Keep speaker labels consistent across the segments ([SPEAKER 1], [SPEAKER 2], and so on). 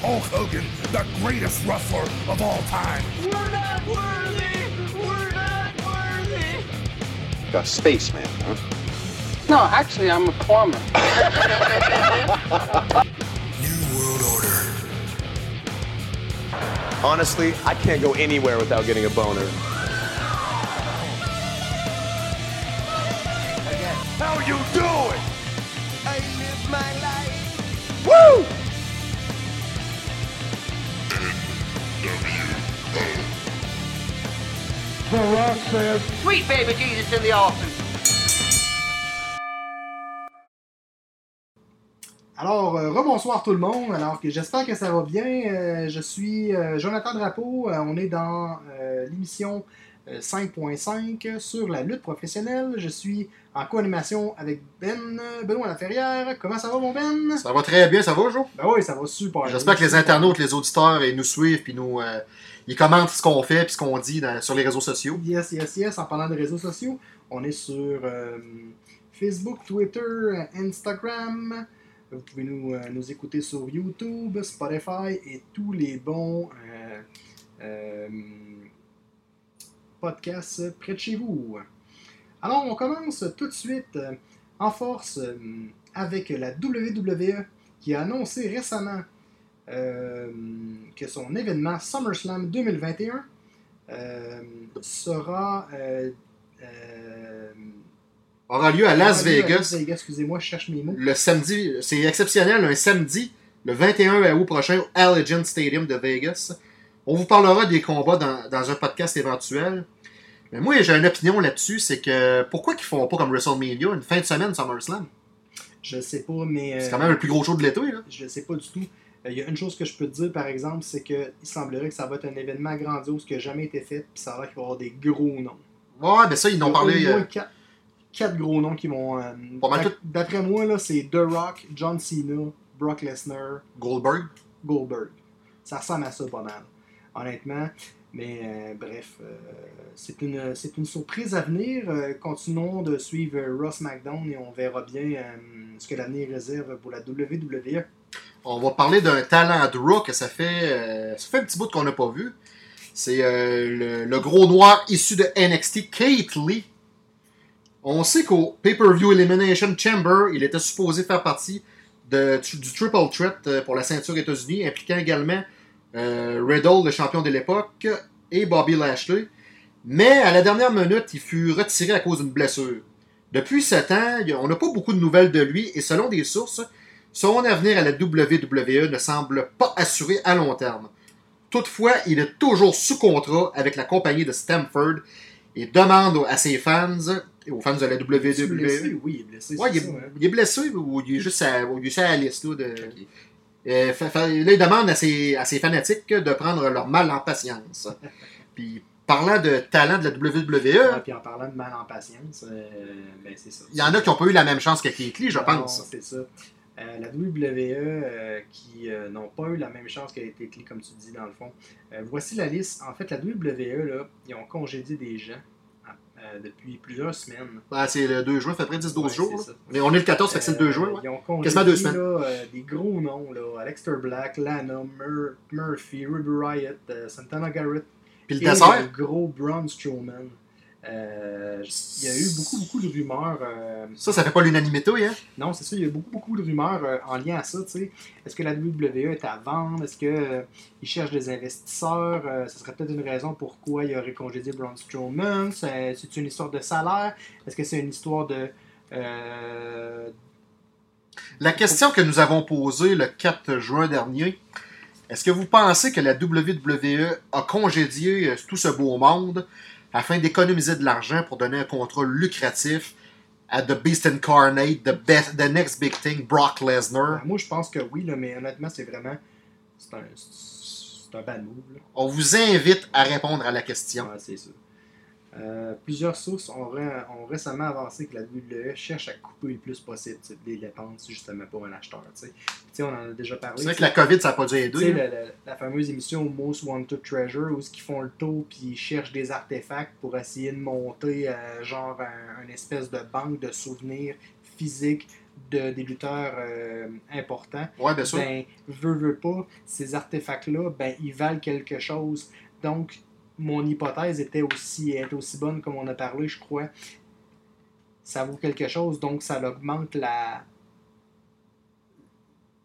[SPEAKER 1] Hulk Hogan, the greatest wrestler of all time.
[SPEAKER 2] We're not worthy! We're not worthy!
[SPEAKER 3] A spaceman, huh?
[SPEAKER 4] No, actually, I'm a plumber.
[SPEAKER 1] New World Order.
[SPEAKER 3] Honestly, I can't go anywhere without getting a boner.
[SPEAKER 1] How you doing?
[SPEAKER 2] I live my life.
[SPEAKER 3] Woo!
[SPEAKER 4] Sweet baby Jesus in the office.
[SPEAKER 5] Alors, euh, rebonsoir tout le monde. Alors que j'espère que ça va bien. Euh, je suis euh, Jonathan Drapeau. Euh, on est dans euh, l'émission euh, 5.5 sur la lutte professionnelle. Je suis en co-animation avec Ben Benoît Laferrière. Comment ça va mon Ben?
[SPEAKER 6] Ça va très bien, ça va, Jo?
[SPEAKER 5] Ben oui, ça va super.
[SPEAKER 6] J'espère que les internautes, les auditeurs, ils nous suivent, puis nous, euh, ils commentent ce qu'on fait, puis ce qu'on dit dans- sur les réseaux sociaux.
[SPEAKER 5] Yes, yes, yes. En parlant de réseaux sociaux, on est sur euh, Facebook, Twitter, euh, Instagram. Vous pouvez nous, euh, nous écouter sur YouTube, Spotify et tous les bons euh, euh, podcasts près de chez vous. Alors, on commence tout de suite euh, en force euh, avec la WWE qui a annoncé récemment euh, que son événement SummerSlam 2021 euh, sera euh, euh,
[SPEAKER 6] Aura lieu à Las
[SPEAKER 5] aura lieu à
[SPEAKER 6] Vegas
[SPEAKER 5] excusez-moi, je cherche mes mots.
[SPEAKER 6] le samedi, c'est exceptionnel, un samedi, le 21 août prochain au Allegiant Stadium de Vegas. On vous parlera des combats dans, dans un podcast éventuel. Mais moi, j'ai une opinion là-dessus, c'est que pourquoi qu'ils font pas comme WrestleMania une fin de semaine SummerSlam?
[SPEAKER 5] Je sais pas, mais
[SPEAKER 6] C'est
[SPEAKER 5] euh,
[SPEAKER 6] quand même le plus gros show de l'été, là.
[SPEAKER 5] je sais pas du tout. Euh, Il y a une chose que je peux te dire, par exemple, c'est que il semblerait que ça va être un événement grandiose qui n'a jamais été fait, puis ça a l'air qu'il va y avoir des gros noms.
[SPEAKER 6] Ouais, ben ça, ils n'ont
[SPEAKER 5] Il
[SPEAKER 6] parlé.
[SPEAKER 5] y a au
[SPEAKER 6] euh,
[SPEAKER 5] moins quatre, quatre gros noms qui vont. euh,
[SPEAKER 6] Pas mal
[SPEAKER 5] d'ac-
[SPEAKER 6] tout.
[SPEAKER 5] D'après moi, là, c'est The Rock, John Cena, Brock Lesnar,
[SPEAKER 6] Goldberg.
[SPEAKER 5] Goldberg. Ça ressemble à ça pas mal, honnêtement. Mais euh, bref, euh, c'est une, c'est une surprise à venir. Euh, continuons de suivre euh, Ross McDown et on verra bien euh, ce que l'avenir réserve pour la E. WWE.
[SPEAKER 6] On va parler d'un talent de Raw que ça fait, euh, ça fait un petit bout qu'on n'a pas vu. C'est euh, le, le gros noir issu de NXT, Kate Lee. On sait qu'au Pay-Per-View Elimination Chamber, il était supposé faire partie de- du Triple Threat euh, pour la ceinture États-Unis, impliquant également euh, Riddle, le champion de l'époque, et Bobby Lashley. Mais à la dernière minute, il fut retiré à cause d'une blessure. Depuis ce temps, il y a- on n'a pas beaucoup de nouvelles de lui, et selon des sources, son avenir à la WWE ne semble pas assuré à long terme. Toutefois, il est toujours sous contrat avec la compagnie de Stamford et demande à ses fans et aux fans de la E,
[SPEAKER 5] Est-tu blessé?
[SPEAKER 6] WWE.
[SPEAKER 5] Oui, il est blessé.
[SPEAKER 6] Ouais,
[SPEAKER 5] c'est
[SPEAKER 6] il, est,
[SPEAKER 5] ça, hein.
[SPEAKER 6] il est blessé ou il est juste à, ou il est juste à la liste. Là, de, Euh, fa- fa- là, il demande à ses, à ses fanatiques de prendre leur mal en patience. Puis, parlant de talent de la E, WWE,
[SPEAKER 5] Ouais, puis en parlant de mal en patience, euh, ben c'est ça.
[SPEAKER 6] il y en a qui n'ont pas eu la même chance que Keith Lee, je
[SPEAKER 5] Non,
[SPEAKER 6] pense.
[SPEAKER 5] C'est ça. Euh, la WWE euh, qui euh, n'ont pas eu la même chance que les Techli, comme tu dis dans le fond. Euh, voici la liste. En fait, la WWE, là, ils ont congédié des gens euh, depuis plusieurs semaines.
[SPEAKER 6] Ah, c'est le 2 juin, ça fait près de 10-12
[SPEAKER 5] Ouais,
[SPEAKER 6] jours.
[SPEAKER 5] c'est ça.
[SPEAKER 6] là. Mais on est le 14, ça fait que c'est le 2 juin.
[SPEAKER 5] Euh,
[SPEAKER 6] ouais.
[SPEAKER 5] Ils ont congédié
[SPEAKER 6] Quasiment deux semaines.
[SPEAKER 5] là, euh, des gros noms. Là, Alex Black, Lana, Mur- Murphy, Ruby Riot, euh, Santana Garrett.
[SPEAKER 6] Puis le
[SPEAKER 5] et
[SPEAKER 6] dessert,
[SPEAKER 5] le gros Braun Strowman. Euh, il y a eu beaucoup, beaucoup de rumeurs. euh,
[SPEAKER 6] ça, ça fait pas l'unanimité. Hein?
[SPEAKER 5] non, c'est ça, il y a beaucoup, beaucoup de rumeurs euh, en lien à ça, tu sais. Est-ce que la WWE est à vendre? Est-ce qu'ils cherchent des investisseurs? Euh, ce serait peut-être une raison pourquoi il aurait congédié Braun Strowman. C'est c'est une histoire de salaire? Est-ce que c'est une histoire de... euh,
[SPEAKER 6] La question que nous avons posée le 4 juin dernier, est-ce que vous pensez que la WWE a congédié euh, tout ce beau monde afin d'économiser de l'argent pour donner un contrat lucratif à The Beast Incarnate, The, best, the Next Big Thing, Brock
[SPEAKER 5] ben,
[SPEAKER 6] Lesnar?
[SPEAKER 5] moi, je pense que oui, là, mais honnêtement, c'est vraiment... C'est un, c'est un bad move, là.
[SPEAKER 6] On vous invite à répondre à la question.
[SPEAKER 5] Ouais, c'est ça. Euh, plusieurs sources ont, ré- ont récemment avancé que la WWE cherche à couper le plus possible tu sais, des dépenses justement pour un acheteur. tu sais. Tu sais, on en a déjà parlé.
[SPEAKER 6] C'est vrai
[SPEAKER 5] tu
[SPEAKER 6] que la COVID, ça n'a pas dû
[SPEAKER 5] Tu sais,
[SPEAKER 6] aider. hein? là.
[SPEAKER 5] la, la- la fameuse émission Most Wanted Treasure où ils font le tour puis ils cherchent des artefacts pour essayer de monter euh, genre un- une espèce de banque de souvenirs physiques de, des lutteurs euh, importants,
[SPEAKER 6] Ouais, bien sûr.
[SPEAKER 5] ben, veux, veux pas, ces artefacts-là, ben, ils valent quelque chose. Donc, mon hypothèse était aussi, est aussi bonne comme on a parlé, je crois. Ça vaut quelque chose, donc ça augmente la,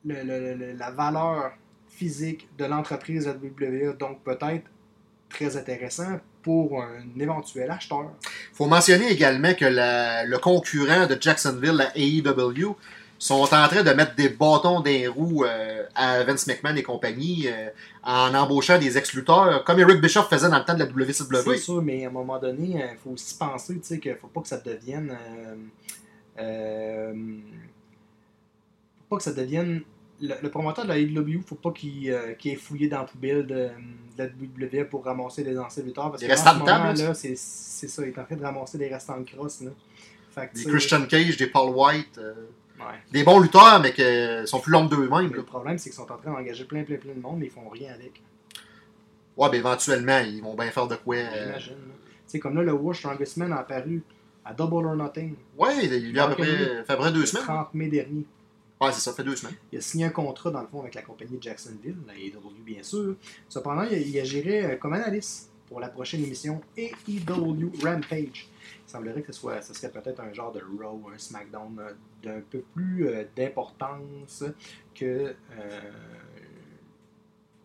[SPEAKER 5] le- le- le- la valeur physique de l'entreprise WWE, donc peut-être très intéressant pour un éventuel acheteur.
[SPEAKER 6] faut mentionner également que la- le concurrent de Jacksonville, la AEW, sont en train de mettre des bâtons dans les roues euh, à Vince McMahon et compagnie euh, en embauchant des ex-lutteurs, comme Eric Bischoff faisait dans le temps de la E.
[SPEAKER 5] C'est
[SPEAKER 6] WCW.
[SPEAKER 5] sûr, mais à un moment donné, il faut aussi penser tu sais, qu'il ne faut pas que ça devienne. euh, euh, faut pas que ça devienne. Le, le promoteur de la AEW, il ne faut pas qu'il euh, qu'il ait fouillé dans la poubelle de, de la WWE pour ramasser les anciens lutteurs. Parce
[SPEAKER 6] Des
[SPEAKER 5] que
[SPEAKER 6] restants
[SPEAKER 5] en ce
[SPEAKER 6] de table,
[SPEAKER 5] moment,
[SPEAKER 6] là,
[SPEAKER 5] là, c'est c'est ça, il est en train de ramasser des restants de crosse. Là. Fait que,
[SPEAKER 6] Des
[SPEAKER 5] tu sais,
[SPEAKER 6] Christian Cage, des Paul White, euh,
[SPEAKER 5] ouais.
[SPEAKER 6] des bons lutteurs, mais qui sont plus longs que d'eux-mêmes.
[SPEAKER 5] Mais
[SPEAKER 6] là.
[SPEAKER 5] Le problème, c'est qu'ils sont en train d'engager plein, plein, plein de monde, mais ils font rien avec.
[SPEAKER 6] Ouais, ben éventuellement, ils vont bien faire de quoi. euh,
[SPEAKER 5] J'imagine. là. Tu sais, comme là, le War Strongest Man a apparu à Double or Nothing
[SPEAKER 6] Ouais, il y a à peu près,
[SPEAKER 5] Manquez-nous.
[SPEAKER 6] fait à peu près deux
[SPEAKER 5] le
[SPEAKER 6] semaines.
[SPEAKER 5] 30 mai dernier.
[SPEAKER 6] Ouais, c'est ça, fait deux semaines.
[SPEAKER 5] Il a signé un contrat, dans le fond, avec la compagnie de Jacksonville, la AEW, bien sûr. Cependant, il, il agirait euh, comme analyste pour la prochaine émission AEW Rampage. Il semblerait que ce, soit, ce serait peut-être un genre de Raw, un SmackDown euh, d'un peu plus euh, d'importance que, euh,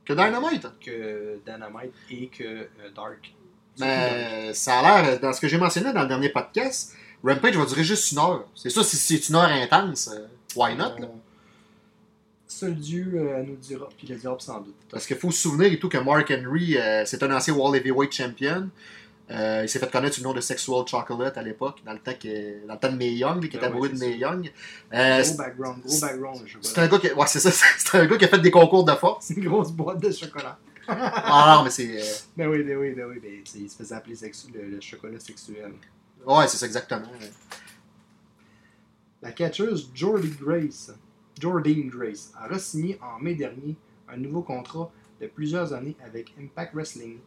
[SPEAKER 6] Que Dynamite.
[SPEAKER 5] que Dynamite et que euh, Dark.
[SPEAKER 6] Mais ça a l'air, dans ce que j'ai mentionné dans le dernier podcast, Rampage va durer juste une heure. C'est ça, si c'est une heure intense, euh, why not? là?
[SPEAKER 5] On- Seul Dieu euh, nous le dira, puis le diable sans doute.
[SPEAKER 6] Parce qu'il faut se souvenir et tout que Mark Henry, euh, c'est un ancien World Heavyweight Champion. Euh, il s'est fait connaître sous le nom de Sexual Chocolate à l'époque, dans le temps, que, dans le temps de Mae Young, qui était
[SPEAKER 5] Ben
[SPEAKER 6] amoureux
[SPEAKER 5] oui,
[SPEAKER 6] de
[SPEAKER 5] c'est
[SPEAKER 6] Mae Young. Euh,
[SPEAKER 5] Gros background, gros background. je
[SPEAKER 6] c'est
[SPEAKER 5] vois.
[SPEAKER 6] un, gars qui- ouais, c'est ça, c'est un gars qui a fait des concours de force.
[SPEAKER 5] C'est une grosse boîte de chocolat.
[SPEAKER 6] Ah non, mais c'est. euh,
[SPEAKER 5] Ben oui, ben oui, ben oui, ben, tu sais, il se faisait appeler sexu- le, le chocolat sexuel.
[SPEAKER 6] ouais, c'est ça exactement.
[SPEAKER 5] La catcheuse Jordy Grace, Jordyn Grace a re-signé en mai dernier un nouveau contrat de plusieurs années avec Impact Wrestling.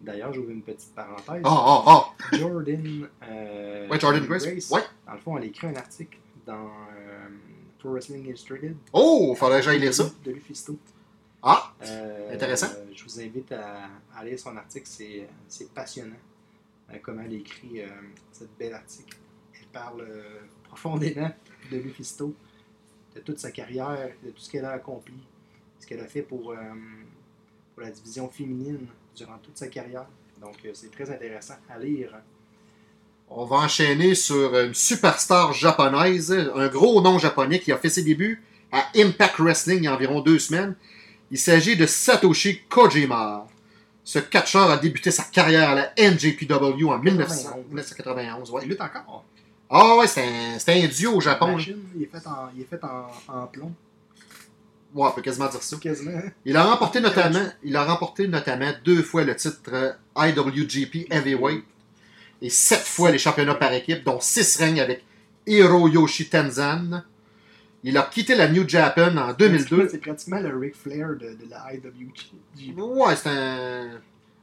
[SPEAKER 5] D'ailleurs, j'ouvre une petite parenthèse.
[SPEAKER 6] Oh, oh, oh!
[SPEAKER 5] Jordan, euh,
[SPEAKER 6] Ouais, Jordan Grace. Ouais.
[SPEAKER 5] Dans le fond, elle a écrit un article dans euh, Pro Wrestling Illustrated.
[SPEAKER 6] Oh, faudrait que j'aille lire ça.
[SPEAKER 5] De Lufisto.
[SPEAKER 6] Ah!
[SPEAKER 5] Euh,
[SPEAKER 6] Intéressant.
[SPEAKER 5] euh, je vous invite à, à lire son article, c'est, c'est passionnant euh, comment elle écrit euh, cette belle article. Elle parle euh, profondément de Lufisto, de toute sa carrière, de tout ce qu'elle a accompli, ce qu'elle a fait pour, euh, pour la division féminine durant toute sa carrière. Donc euh, c'est très intéressant à lire.
[SPEAKER 6] On va enchaîner sur une superstar japonaise, un gros nom japonais qui a fait ses débuts à Impact Wrestling il y a environ deux semaines. Il s'agit de Satoshi Kojima. Ce catcheur a débuté sa carrière à la NJPW en 1991. 1991.
[SPEAKER 5] Il
[SPEAKER 6] ouais.
[SPEAKER 5] lutte encore.
[SPEAKER 6] Ah ouais, c'était un, c'était un duo au Japon. là.
[SPEAKER 5] Imagine, il est fait en, il est fait en, en plomb.
[SPEAKER 6] Ouais, on peut quasiment dire ça.
[SPEAKER 5] Quasiment.
[SPEAKER 6] Il a remporté notamment, il a remporté notamment deux fois le titre euh, IWGP Heavyweight et sept fois les championnats par équipe, dont six règnes avec Hiroyoshi Tenzan. Il a quitté la New Japan en 2002.
[SPEAKER 5] C'est pratiquement le Ric Flair de, de la IWG.
[SPEAKER 6] Ouais, c'est un,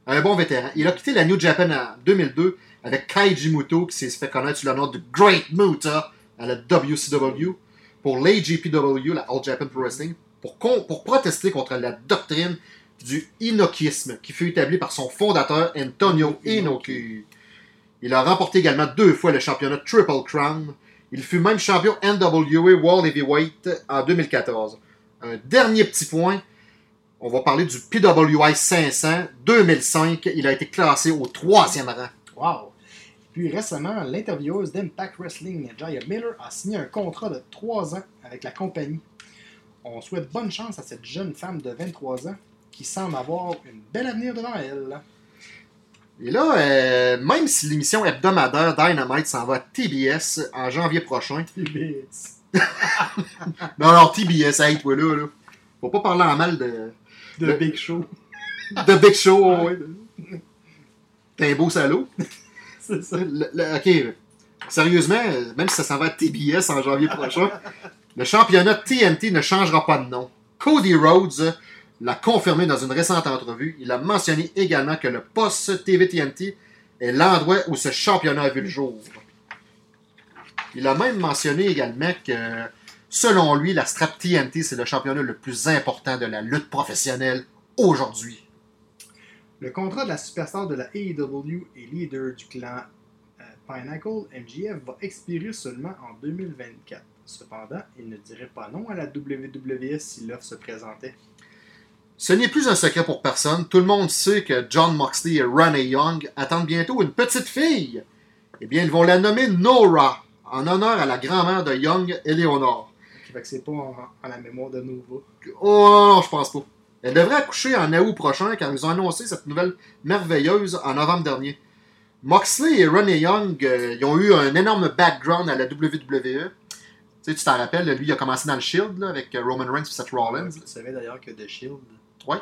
[SPEAKER 6] un bon vétéran. Il a quitté la New Japan en 2002 avec Kaiji Muto, qui s'est fait connaître sous le nom de Great Muta à la WCW, pour l'AJPW, la All Japan Pro Wrestling, pour, con- pour protester contre la doctrine du inokisme qui fut établie par son fondateur Antonio Inoki. Il a remporté également deux fois le championnat Triple Crown. Il fut même champion NWA World Heavyweight en 2014. Un dernier petit point, on va parler du PWI 500 2005. Il a été classé au troisième rang.
[SPEAKER 5] Wow! Puis récemment, l'intervieweuse d'Impact Wrestling, Jaya Miller, a signé un contrat de 3 ans avec la compagnie. On souhaite bonne chance à cette jeune femme de 23 ans qui semble avoir un bel avenir devant elle.
[SPEAKER 6] Et là, euh, même si l'émission hebdomadaire Dynamite s'en va à TBS en janvier prochain.
[SPEAKER 5] De
[SPEAKER 6] Non, non, TBS, hey, toi là, là. Faut pas parler en mal de, Le-
[SPEAKER 5] Big Show.
[SPEAKER 6] de Big Show. ouais. T'es un beau salaud.
[SPEAKER 5] C'est ça.
[SPEAKER 6] Le- le- ok, sérieusement, euh, même si ça s'en va à TBS en janvier prochain, le championnat TNT ne changera pas de nom. Cody Rhodes euh, l'a confirmé dans une récente entrevue. Il a mentionné également que le poste TV TNT est l'endroit où ce championnat a vu le jour. Il a même mentionné également que Selon lui, la strap TNT, c'est le championnat le plus important de la lutte professionnelle aujourd'hui.
[SPEAKER 5] Le contrat de la superstar de la AEW et leader du clan euh, Pinnacle, MJF, va expirer seulement en 2024. Cependant, il ne dirait pas non à la WWE si l'offre se présentait.
[SPEAKER 6] Ce n'est plus un secret pour personne. Tout le monde sait que John Moxley et Renee Young attendent bientôt une petite fille. Eh bien, ils vont la nommer Nora, en honneur à la grand-mère de Young, Eleonore.
[SPEAKER 5] Fait que c'est pas en, en la mémoire de Nova.
[SPEAKER 6] Oh non, je pense pas. Elle devrait accoucher en août prochain quand ils ont annoncé cette nouvelle merveilleuse en novembre dernier. Moxley et Renee Young euh, ils ont eu un énorme background à la WWE. Tu sais, tu t'en rappelles, lui, il a commencé dans le Shield là, avec euh, Roman Reigns et Seth Rollins.
[SPEAKER 5] Vous savez d'ailleurs que The Shield,
[SPEAKER 6] Ouais.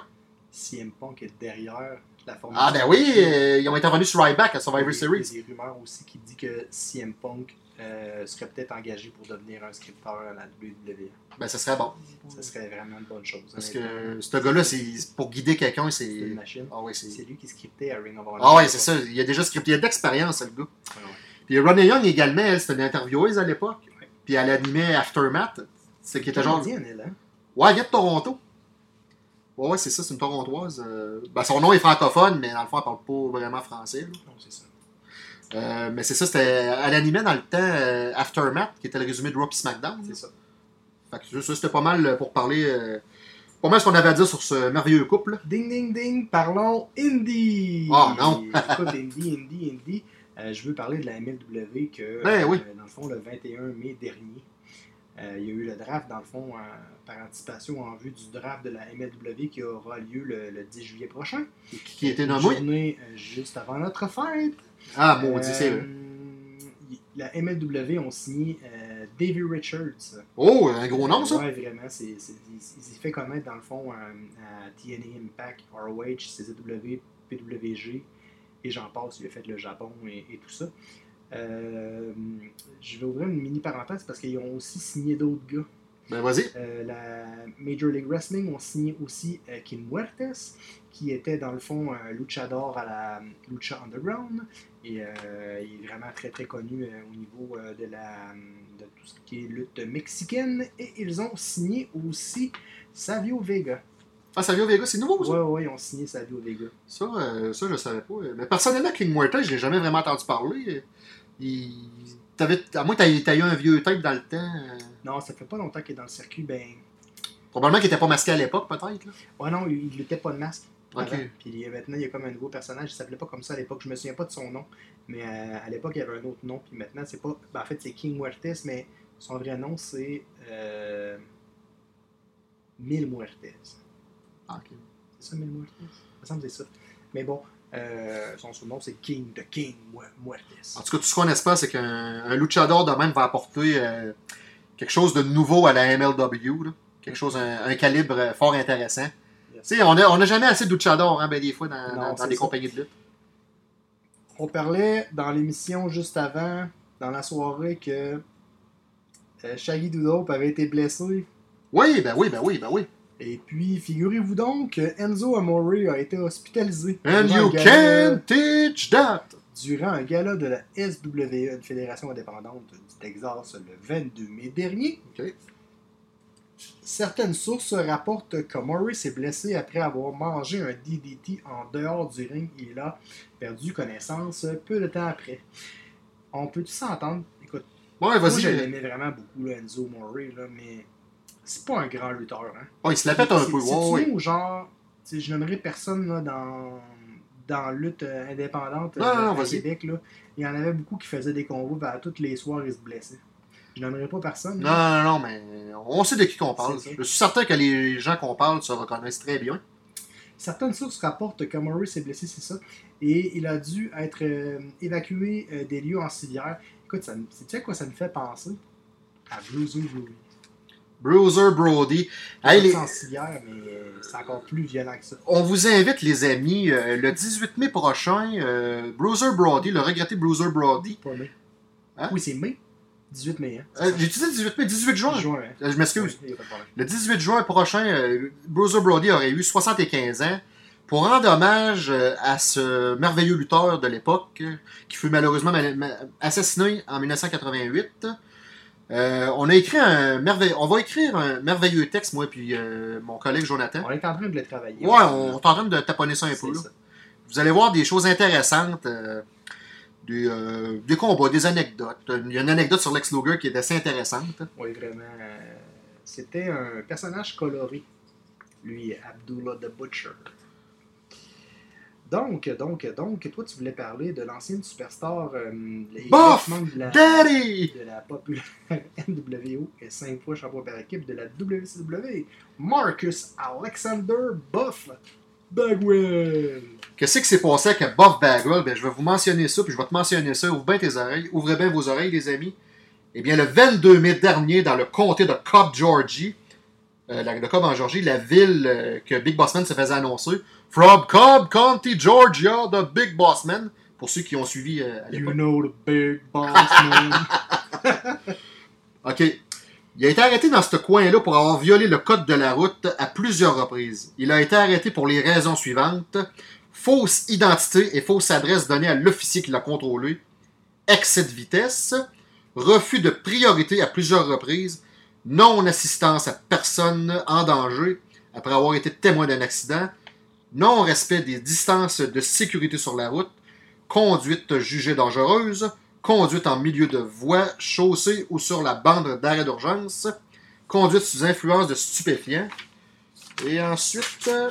[SPEAKER 5] CM Punk est derrière la formation.
[SPEAKER 6] Ah ben oui, euh, ils ont intervenu sur Ryback à Survivor
[SPEAKER 5] Il y a-
[SPEAKER 6] Series.
[SPEAKER 5] Il y a des rumeurs aussi qui disent que CM Punk euh, serait peut-être engagé pour devenir un scripteur à la WWE.
[SPEAKER 6] Ben ça serait bon.
[SPEAKER 5] Ça serait vraiment une bonne chose.
[SPEAKER 6] Parce
[SPEAKER 5] honnêtement.
[SPEAKER 6] que ce gars-là, c'est pour guider quelqu'un,
[SPEAKER 5] C'est une
[SPEAKER 6] c'est.
[SPEAKER 5] machine.
[SPEAKER 6] Ah ouais, c'est.
[SPEAKER 5] C'est lui qui scriptait à Ring of Honor.
[SPEAKER 6] Ah ouais, c'est ça. Il a déjà scripté. Il a de l'expérience, le gars.
[SPEAKER 5] Ah Ouais, ouais.
[SPEAKER 6] Puis Ronnie Young également, elle, c'était une intervieweuse à l'époque.
[SPEAKER 5] Ouais.
[SPEAKER 6] Puis elle animait Aftermath. C'est qui était genre.
[SPEAKER 5] Canadienne, elle, hein?
[SPEAKER 6] Ouais, elle vient de Toronto. Ouais, ouais, c'est ça, c'est une Torontoise. euh, ben, son nom est francophone, mais dans le fond, elle parle pas vraiment français. là.
[SPEAKER 5] Non, c'est ça.
[SPEAKER 6] Euh, mais c'est ça, c'était. Elle animait dans le temps euh, Aftermath, qui était le résumé de Raw puis SmackDown.
[SPEAKER 5] C'est ça.
[SPEAKER 6] Fait que ça, c'était pas mal euh, pour parler. euh, pas mal ce qu'on avait à dire sur ce merveilleux couple.
[SPEAKER 5] Ding, ding, ding, parlons indie.
[SPEAKER 6] Ah, non.
[SPEAKER 5] Écoute, indie, indie, indie. Euh, je veux parler de la MLW que,
[SPEAKER 6] Ben oui.
[SPEAKER 5] euh, dans le fond, le 21 mai dernier, euh, il y a eu le draft, dans le fond, euh, par anticipation en vue du draft de la MLW qui aura lieu le, le 10 juillet prochain.
[SPEAKER 6] Qui, qui était
[SPEAKER 5] Une
[SPEAKER 6] nommé.
[SPEAKER 5] journée euh, juste avant notre fête.
[SPEAKER 6] Ah, maudit,
[SPEAKER 5] Euh,
[SPEAKER 6] c'est vrai.
[SPEAKER 5] y- La MLW ont signé euh, Davey Richards.
[SPEAKER 6] Oh, un gros nom, ça.
[SPEAKER 5] Ouais, vraiment. c'est- c'est- il il s'est fait connaître, dans le fond, euh, à TNA Impact, ROH, CZW, PWG, et j'en passe. Il a fait le Japon et, et tout ça. Euh, je vais ouvrir une mini parenthèse parce qu'ils ont aussi signé d'autres gars.
[SPEAKER 6] Ben, vas-y.
[SPEAKER 5] Euh, la Major League Wrestling ont signé aussi euh, Kim Huertes, qui était dans le fond un luchador à la Lucha Underground. Et euh, il est vraiment très très connu euh, au niveau euh, de, la, de tout ce qui est lutte mexicaine. Et ils ont signé aussi Savio Vega.
[SPEAKER 6] Ah, Savio Vega, c'est nouveau,
[SPEAKER 5] Ouais,
[SPEAKER 6] ça.
[SPEAKER 5] ouais, ils ont signé Savio Vega.
[SPEAKER 6] Ça, euh, ça, je le savais pas. Mais personnellement, King Muerta, je l'ai jamais vraiment entendu parler. Il... T'avais... À moins que t'aies t'aies eu un vieux tape dans le temps. euh,
[SPEAKER 5] Non, ça fait pas longtemps qu'il est dans le circuit. Ben,
[SPEAKER 6] Probablement qu'il était pas masqué à l'époque, peut-être. là.
[SPEAKER 5] ouais, non, il il luttait pas de masque.
[SPEAKER 6] Ok.
[SPEAKER 5] avant. Puis il y a- maintenant, il y a comme un nouveau personnage. Il s'appelait pas comme ça à l'époque. Je me souviens pas de son nom. Mais euh, à l'époque, il y avait un autre nom. Puis maintenant, c'est pas. ben, en fait, c'est King Muertes, mais son vrai nom, c'est. Euh... Mil Muertes. C'est
[SPEAKER 6] Ah, ok.
[SPEAKER 5] ça, Mil Muertes Il me semble que c'est ça. Mais bon, euh, son surnom, c'est King de King Mu- Muertes.
[SPEAKER 6] En tout cas, tout ce qu'on espère, c'est qu'un un luchador de même va apporter euh, quelque chose de nouveau à la MLW. là. Quelque chose, un, un calibre euh, fort intéressant.
[SPEAKER 5] Yes.
[SPEAKER 6] Tu sais, on n'a on a jamais assez de luchadors, hein, ben, des fois, dans,
[SPEAKER 5] Non,
[SPEAKER 6] dans- dans
[SPEAKER 5] c'est
[SPEAKER 6] des
[SPEAKER 5] ça.
[SPEAKER 6] compagnies de lutte.
[SPEAKER 5] On parlait dans l'émission juste avant, dans la soirée, que euh, Shaggy Doodle avait été blessé.
[SPEAKER 6] Oui, ben oui, ben oui, ben oui.
[SPEAKER 5] Et puis, figurez-vous donc que Enzo Amore a été hospitalisé
[SPEAKER 6] And
[SPEAKER 5] durant
[SPEAKER 6] you
[SPEAKER 5] un euh, gala-
[SPEAKER 6] can teach that!
[SPEAKER 5] durant un gala de la SWE, une fédération indépendante du Texas, le 22 mai dernier.
[SPEAKER 6] Ok.
[SPEAKER 5] Certaines sources rapportent qu'Amore s'est blessé après avoir mangé un DDT en dehors du ring. Il a perdu connaissance peu de temps après. On peut tous s'entendre. Écoute,
[SPEAKER 6] Ouais,
[SPEAKER 5] moi,
[SPEAKER 6] vas-y.
[SPEAKER 5] je
[SPEAKER 6] euh,
[SPEAKER 5] l'aimais vraiment beaucoup, là, Enzo Amore, là, mais c'est pas un grand lutteur. Hein?
[SPEAKER 6] Oh, il se la pète un
[SPEAKER 5] C'est-
[SPEAKER 6] peu.
[SPEAKER 5] c'est-
[SPEAKER 6] ouais, ouais.
[SPEAKER 5] C'est-tu nous, genre, tu sais, je nommerai personne là, dans, dans lutte euh, indépendante
[SPEAKER 6] Non,
[SPEAKER 5] euh,
[SPEAKER 6] non, non,
[SPEAKER 5] à
[SPEAKER 6] vas-y.
[SPEAKER 5] Québec. Là. Il y en avait beaucoup qui faisaient des convois, bah, toutes les soirs, ils se blessaient. Je nommerai pas personne.
[SPEAKER 6] Non,
[SPEAKER 5] là.
[SPEAKER 6] non, non, mais on sait de qui qu'on parle.
[SPEAKER 5] C'est ça.
[SPEAKER 6] Je suis certain que les gens qu'on parle se reconnaissent très bien.
[SPEAKER 5] Certaines sources rapportent que Murray s'est blessé, c'est ça, et il a dû être euh, évacué euh, des lieux en civière. Écoute, ça me- sais-tu à quoi ça me fait penser? À Bruiser Brody.
[SPEAKER 6] Bruiser Brody. Hey, les-
[SPEAKER 5] en civière, mais euh, c'est encore plus violent que ça.
[SPEAKER 6] On vous invite, les amis, euh, le 18 mai prochain, euh, Bruiser Brody, le regretté Bruiser Brody.
[SPEAKER 5] Pas mai.
[SPEAKER 6] Hein?
[SPEAKER 5] Oui, c'est mai. 18 mai, hein?
[SPEAKER 6] Euh, J'ai dit 18 mai, 18 juin.
[SPEAKER 5] Juin, hein?
[SPEAKER 6] Euh, je m'excuse.
[SPEAKER 5] Ouais, y a pas de problème.
[SPEAKER 6] Le 18 juin prochain, euh, Bruiser Brody aurait eu 75 ans. Pour rendre hommage euh, à ce merveilleux lutteur de l'époque, euh, qui fut malheureusement mal- ma- assassiné en 1988, Euh, on a écrit un merveilleux... On va écrire un merveilleux texte, moi et puis euh, mon collègue Jonathan.
[SPEAKER 5] On est en train de le travailler. hein.
[SPEAKER 6] Ouais, on est en train de taponner ça un
[SPEAKER 5] C'est
[SPEAKER 6] peu. là.
[SPEAKER 5] ça.
[SPEAKER 6] Vous allez voir des choses intéressantes, euh, des, euh, des combats, des anecdotes. Il y a une anecdote sur Lex Luger qui est assez intéressante.
[SPEAKER 5] Oui, vraiment. euh, C'était un personnage coloré, lui, Abdullah the Butcher. Donc, donc, donc, toi, tu voulais parler de l'ancienne superstar, euh, les
[SPEAKER 6] Bof!
[SPEAKER 5] Batman de la,
[SPEAKER 6] Daddy!
[SPEAKER 5] de la populaire NWO et 5 fois champion par équipe de la WCW, Marcus Alexander Buff Bagwell.
[SPEAKER 6] Qu'est-ce qui s'est passé avec Bob Bagwell? Ben, je vais vous mentionner ça, puis je vais te mentionner ça. Ouvre bien tes oreilles. Ouvrez bien vos oreilles, les amis. Eh bien, le 22 mai dernier, dans le comté de Cobb, Georgie, euh, la- le Cobb en Georgie, la ville euh, que Big Bossman se faisait annoncer, From Cobb County, Georgia, de Big Bossman, pour ceux qui ont suivi euh, à
[SPEAKER 5] You
[SPEAKER 6] l'époque.
[SPEAKER 5] know the big boss man.
[SPEAKER 6] OK. Il a été arrêté dans ce coin-là pour avoir violé le code de la route à plusieurs reprises. Il a été arrêté pour les raisons suivantes. Fausse identité et fausse adresse donnée à l'officier qui l'a contrôlé. Excès de vitesse. Refus de priorité à plusieurs reprises. Non-assistance à personne en danger après avoir été témoin d'un accident. Non-respect des distances de sécurité sur la route. Conduite jugée dangereuse conduite en milieu de voie, chaussée ou sur la bande d'arrêt d'urgence, conduite sous influence de stupéfiants, et ensuite, euh,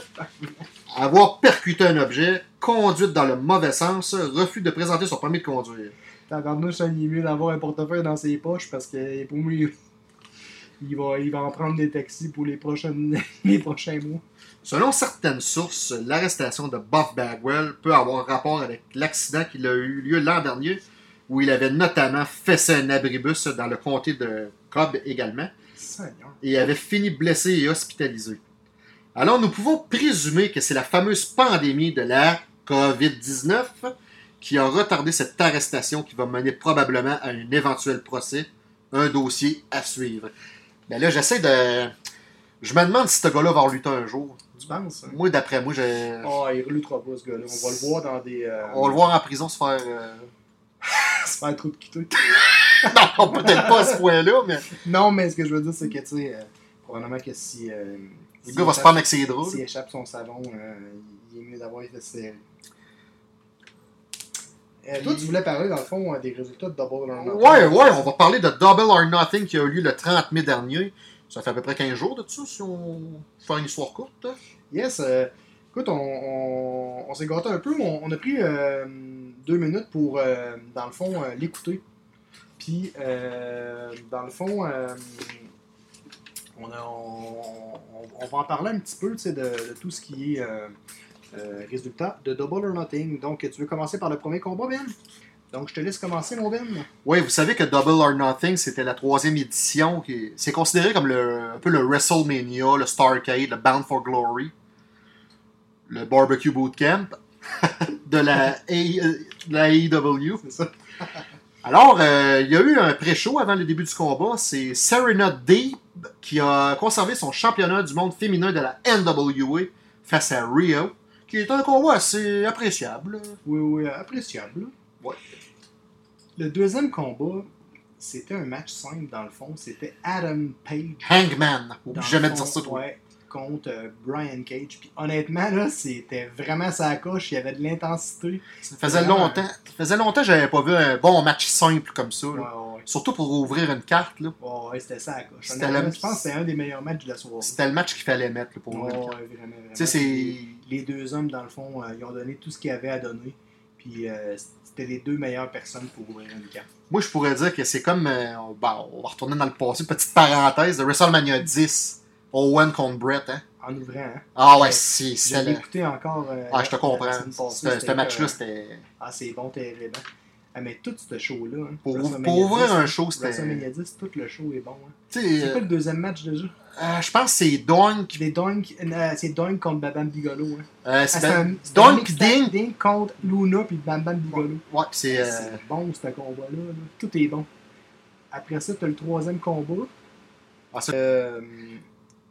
[SPEAKER 6] avoir percuté un objet, conduite dans le mauvais sens, refus de présenter son permis de conduire.
[SPEAKER 5] Tabarnouche, ça, il est mieux d'avoir un portefeuille dans ses poches parce que pour moi, il- il va, il va en prendre des taxis pour les, prochaines, les prochains mois.
[SPEAKER 6] Selon certaines sources, l'arrestation de Buff Bagwell peut avoir rapport avec l'accident qui a eu lieu l'an dernier, où il avait notamment fessé un abribus dans le comté de Cobb également.
[SPEAKER 5] Seigneur.
[SPEAKER 6] et avait fini blessé et hospitalisé. Alors, nous pouvons présumer que c'est la fameuse pandémie de la COVID-19 qui a retardé cette arrestation qui va mener probablement à un éventuel procès, un dossier à suivre. Mais là, j'essaie de. Je me demande si ce gars-là va en lutter un jour.
[SPEAKER 5] Tu penses? hein?
[SPEAKER 6] Moi, d'après moi, je-
[SPEAKER 5] Ah, il relutera pas ce gars-là. On va le voir dans des. euh,
[SPEAKER 6] on va le voir en prison se faire. euh,
[SPEAKER 5] se faire trop de quitter.
[SPEAKER 6] Non, peut-être pas à ce point-là, mais
[SPEAKER 5] Non, mais ce que je veux dire, c'est que, tu sais, euh, probablement que si. euh,
[SPEAKER 6] le
[SPEAKER 5] s'il
[SPEAKER 6] gars va se
[SPEAKER 5] échappe-
[SPEAKER 6] prendre avec ses draps.
[SPEAKER 5] S'il échappe son savon, euh, il est mieux d'avoir été serré. Euh, toi, tu voulais parler, dans le fond, euh, des résultats de Double or Nothing.
[SPEAKER 6] Ouais, ouais, on va parler de Double or Nothing qui a eu lieu le 30 mai dernier. Ça fait à peu près 15 jours de ça, si on fait une histoire courte.
[SPEAKER 5] Yes, euh, écoute, on, on- on s'est gâté un peu, mais on, on a pris euh, deux minutes pour, euh, dans le fond, euh, l'écouter. Puis, euh, dans le fond, euh, on, a- on- on- on va en parler un petit peu tu sais, de, de tout ce qui est euh, euh, résultat de Double or Nothing. Donc, tu veux commencer par le premier combat, Ben? Donc, je te laisse commencer, mon Ben.
[SPEAKER 6] Ouais, vous savez que Double or Nothing, c'était la troisième édition. qui C'est considéré comme le, un peu le WrestleMania, le Starcade, le Bound for Glory, le Barbecue Bootcamp de la, A- euh, de la AEW.
[SPEAKER 5] C'est ça.
[SPEAKER 6] Alors, euh, il y a eu un pré-show avant le début du combat. C'est Serena Deeb qui a conservé son championnat du monde féminin de la NWA face à Rio, qui est un combat assez appréciable.
[SPEAKER 5] Oui, oui, appréciable.
[SPEAKER 6] Ouais.
[SPEAKER 5] Le deuxième combat, c'était un match simple dans le fond. C'était Adam Page.
[SPEAKER 6] Hangman,
[SPEAKER 5] dans
[SPEAKER 6] oublie jamais
[SPEAKER 5] le
[SPEAKER 6] de dire
[SPEAKER 5] fond,
[SPEAKER 6] ça toi.
[SPEAKER 5] ouais, contre euh, Brian Cage. Puis honnêtement, là, c'était vraiment sa coche. Il y avait de l'intensité.
[SPEAKER 6] Ça faisait longtemps, ça faisait longtemps que j'avais pas vu un bon match simple comme ça. là.
[SPEAKER 5] Ouais, ouais,
[SPEAKER 6] Surtout pour ouvrir une carte, là.
[SPEAKER 5] ouais, ouais, c'était sa coche.
[SPEAKER 6] C'était
[SPEAKER 5] Honnêtement,
[SPEAKER 6] la-
[SPEAKER 5] Je pense que c'était un des meilleurs matchs de la soirée.
[SPEAKER 6] C'était le match qu'il fallait mettre là, pour
[SPEAKER 5] Ouais,
[SPEAKER 6] ouvrir une
[SPEAKER 5] ouais,
[SPEAKER 6] carte.
[SPEAKER 5] vraiment, vraiment.
[SPEAKER 6] Tu sais, c'est.
[SPEAKER 5] Puis Les deux hommes, dans le fond, euh, ils ont donné tout ce qu'ils avaient à donner. Puis euh, c'était les deux meilleures personnes pour ouvrir une carte.
[SPEAKER 6] Moi, je pourrais dire que c'est comme. euh, on- bah, on va retourner dans le passé. Petite parenthèse de WrestleMania 10. Owen contre Brett, hein.
[SPEAKER 5] En ouvrant, hein.
[SPEAKER 6] Ah ouais,
[SPEAKER 5] Ouais.
[SPEAKER 6] si,
[SPEAKER 5] Je
[SPEAKER 6] c'est
[SPEAKER 5] l'ai
[SPEAKER 6] là.
[SPEAKER 5] écouté encore. euh,
[SPEAKER 6] Ah, je te
[SPEAKER 5] la-
[SPEAKER 6] comprends.
[SPEAKER 5] la semaine passée,
[SPEAKER 6] Ce ce
[SPEAKER 5] c'était, euh,
[SPEAKER 6] match-là, c'était.
[SPEAKER 5] Ah, c'est bon, terrible. hein. Ah, mais tout ce show-là. hein,
[SPEAKER 6] Pour,
[SPEAKER 5] WrestleMania
[SPEAKER 6] pour ouvrir
[SPEAKER 5] 10,
[SPEAKER 6] un show, c'était.
[SPEAKER 5] WrestleMania 10, tout le show est bon. hein.
[SPEAKER 6] Tu
[SPEAKER 5] C'est
[SPEAKER 6] sais,
[SPEAKER 5] quoi le deuxième match déjà
[SPEAKER 6] euh, je pense que c'est Doink.
[SPEAKER 5] Des Doink- euh, C'est Doink contre Bam Bam Bigolo. Hein.
[SPEAKER 6] Euh,
[SPEAKER 5] Ah,
[SPEAKER 6] c'est
[SPEAKER 5] c'est un- c'est un
[SPEAKER 6] Doink
[SPEAKER 5] mixed
[SPEAKER 6] Ding.
[SPEAKER 5] tag contre Luna puis Bam Bam Bigolo.
[SPEAKER 6] Ouais, pis c'est. euh,
[SPEAKER 5] C'est bon ce combat-là. là. Tout est bon. Après ça, t'as le troisième combat.
[SPEAKER 6] ah, ça-
[SPEAKER 5] Euh,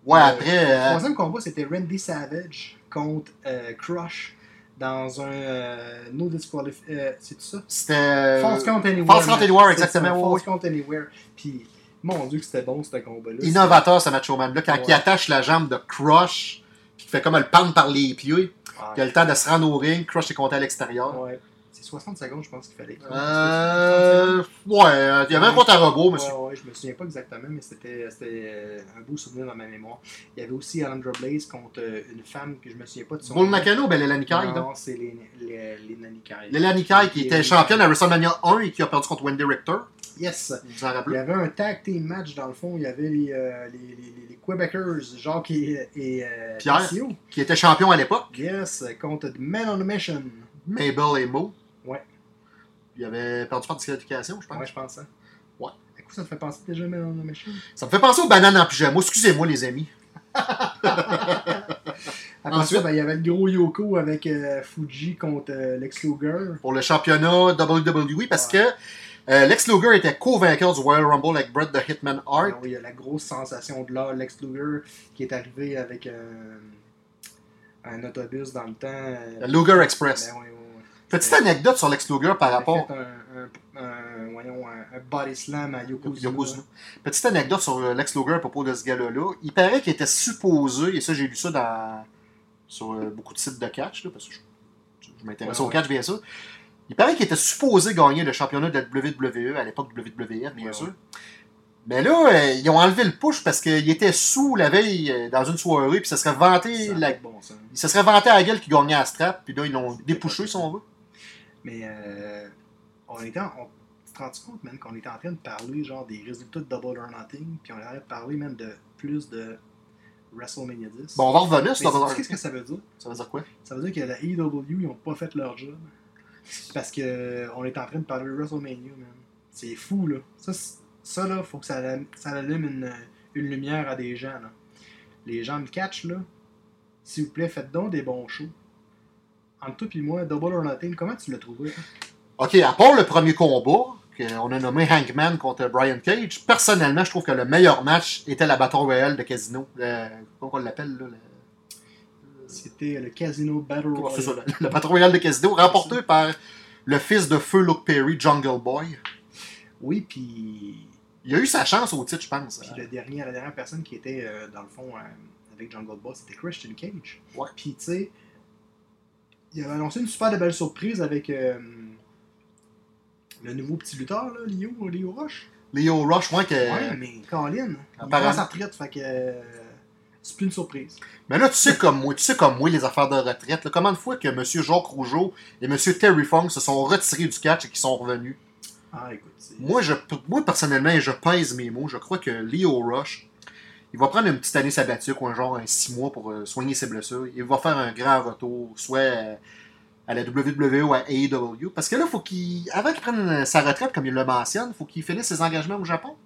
[SPEAKER 6] Ouais,
[SPEAKER 5] euh,
[SPEAKER 6] après.
[SPEAKER 5] Le
[SPEAKER 6] euh,
[SPEAKER 5] troisième combat, c'était Randy Savage contre euh, Crush dans un euh, No Disqualif... euh, C'est tout ça
[SPEAKER 6] C'était. euh,
[SPEAKER 5] False Count Anywhere.
[SPEAKER 6] False Count Anywhere,
[SPEAKER 5] C'est ça,
[SPEAKER 6] exactement,
[SPEAKER 5] False
[SPEAKER 6] oui,
[SPEAKER 5] Count Anywhere. Puis Mon dieu, que c'était bon, ce combat-là.
[SPEAKER 6] Innovateur, ce Macho Man-là. Quand
[SPEAKER 5] Ouais.
[SPEAKER 6] il hein, attache la jambe de Crush, puis qu'il fait comme le pendre par les pieds,
[SPEAKER 5] Ah,
[SPEAKER 6] puis il a le temps de se rendre au ring, Crush est compté à l'extérieur.
[SPEAKER 5] ouais. C'est 60 secondes, je pense qu'il fallait.
[SPEAKER 6] Euh. Ouais, euh, il y avait un compte à robot, monsieur.
[SPEAKER 5] Ouais, ouais, je me souviens pas exactement, mais c'était c'était, euh, un beau souvenir dans ma mémoire. Il y avait aussi Alondra Blaze contre euh, une femme que je me souviens pas de son
[SPEAKER 6] Bull Nakano, ben Leila Nikai, donc.
[SPEAKER 5] Non, c'est les, les, les Nanikai.
[SPEAKER 6] Leila Nikai, qui
[SPEAKER 5] Et-
[SPEAKER 6] était championne à WrestleMania 1 et qui a perdu contre Wendy Richter.
[SPEAKER 5] Yes!
[SPEAKER 6] Vous vous en
[SPEAKER 5] Il y
[SPEAKER 6] rappelez?
[SPEAKER 5] avait un tag team match dans le fond, il y avait les, euh, les, les, les- les Quebecers, Jacques et, et euh,
[SPEAKER 6] Pierre.
[SPEAKER 5] Lucio.
[SPEAKER 6] Qui était champion à l'époque.
[SPEAKER 5] Yes, contre The Man on a Mission.
[SPEAKER 6] Mabel et Mo.
[SPEAKER 5] Ouais.
[SPEAKER 6] Il avait perdu par disqualification, je pense.
[SPEAKER 5] Ouais, je pense. Hein.
[SPEAKER 6] Ouais.
[SPEAKER 5] À coup, ça te fait penser déjà Man on a Mission.
[SPEAKER 6] Ça me fait penser aux bananes en pyjama. Excusez-moi, les amis.
[SPEAKER 5] Après
[SPEAKER 6] Ensuite-
[SPEAKER 5] ça, ben, il y avait le gros Yoko avec euh, Fuji contre euh, Lex Luger.
[SPEAKER 6] Pour le championnat WWE, parce
[SPEAKER 5] Ouais.
[SPEAKER 6] que euh, Lex Luger était co-vainqueur du Royal Rumble avec Bret the Hitman Hart.
[SPEAKER 5] Alors, Ah il y a la grosse sensation de l'heure, Lex Luger, qui est arrivé avec un, un autobus dans le temps.
[SPEAKER 6] Le
[SPEAKER 5] euh,
[SPEAKER 6] Luger Express.
[SPEAKER 5] ben, ouais, Ben, ouais, ouais.
[SPEAKER 6] Petite anecdote sur Lex Luger par
[SPEAKER 5] Il a
[SPEAKER 6] rapport
[SPEAKER 5] fait un, un, un- voyons, un- un body slam à Yokozuna.
[SPEAKER 6] Yokozuna. Petite anecdote sur euh, Lex Luger à propos de ce gars-là. Il paraît qu'il était supposé, et ça j'ai lu ça dans, sur euh, beaucoup de sites de catch, là, parce que je, je m'intéresse
[SPEAKER 5] Ouais,
[SPEAKER 6] au catch bien sûr. Il paraît qu'il était supposé gagner le championnat de la WWE, à l'époque WWF bien
[SPEAKER 5] Ouais,
[SPEAKER 6] sûr. Mais là, euh, ils ont enlevé le push parce qu'il était sous la veille euh, dans une soirée, puis ça serait vanté,
[SPEAKER 5] Ça a
[SPEAKER 6] la...
[SPEAKER 5] pas de bon sens.
[SPEAKER 6] ça serait vanté à la gueule qui gagnait à strap, puis là ils l'ont dépouché si on veut.
[SPEAKER 5] Mais euh, on était en- on, tu te rends compte, man, qu'on était en train de parler genre des résultats de Double or Nothing, puis on aurait parlé même de plus de WrestleMania 10.
[SPEAKER 6] Bon, on va revenir
[SPEAKER 5] Mais
[SPEAKER 6] sur Double or
[SPEAKER 5] qu'est-ce que ça veut dire?
[SPEAKER 6] Ça veut dire quoi?
[SPEAKER 5] Ça veut dire que la AEW, ils n'ont pas fait leur job. Parce que euh, on est en train de parler de WrestleMania, man. C'est fou, là. Ça, c'est- ça là, faut que ça, allume- ça allume une, une lumière à des gens, là. Les gens me catchent, là. S'il vous plaît, faites donc des bons shows. Entre toi et moi, Double or Nothing, comment tu l'as trouvé? toi?
[SPEAKER 6] OK, à part le premier combat, qu'on a nommé Hangman contre Brian Cage, personnellement, je trouve que le meilleur match était la Battle Royale de Casino. Le- comment on l'appelle, là? Le,
[SPEAKER 5] C'était le Casino Battle
[SPEAKER 6] Oh, c'est ça,
[SPEAKER 5] Royale.
[SPEAKER 6] le- le Battle Royale de Casino, remporté par le fils de feu Luke Perry, Jungle Boy.
[SPEAKER 5] Oui, puis
[SPEAKER 6] Il a eu sa chance au titre, je pense.
[SPEAKER 5] Puis le dernier, la dernière personne qui était, euh, dans le fond, euh, avec Jungle Boss, c'était Christian Cage.
[SPEAKER 6] Ouais.
[SPEAKER 5] Puis, tu sais, il avait annoncé une super de belle surprise avec euh, le nouveau petit lutteur, là, Leo, Leo Roche.
[SPEAKER 6] Leo Rush, moi, que...
[SPEAKER 5] ouais, mais Colin, il
[SPEAKER 6] Euh, apparemment-
[SPEAKER 5] prend sa retraite, fait que euh, c'est plus une surprise.
[SPEAKER 6] Mais là, tu sais comme moi, tu sais comme moi, les affaires de retraite. là. Comment de fois que M. Jacques Rougeau et M. Terry Funk se sont retirés du catch et qu'ils sont revenus?
[SPEAKER 5] Ah, écoute, c'est-
[SPEAKER 6] Moi, je, moi, personnellement, et je pèse mes mots, je crois que Leo Rush, il va prendre une petite année sabbatique ou un genre un six mois pour euh, soigner ses blessures. Il va faire un grand retour, soit euh, à la WWE ou à AEW. Parce que là, faut qu'il, avant qu'il prenne euh, sa retraite, comme il le mentionne, faut qu'il finisse ses engagements au Japon.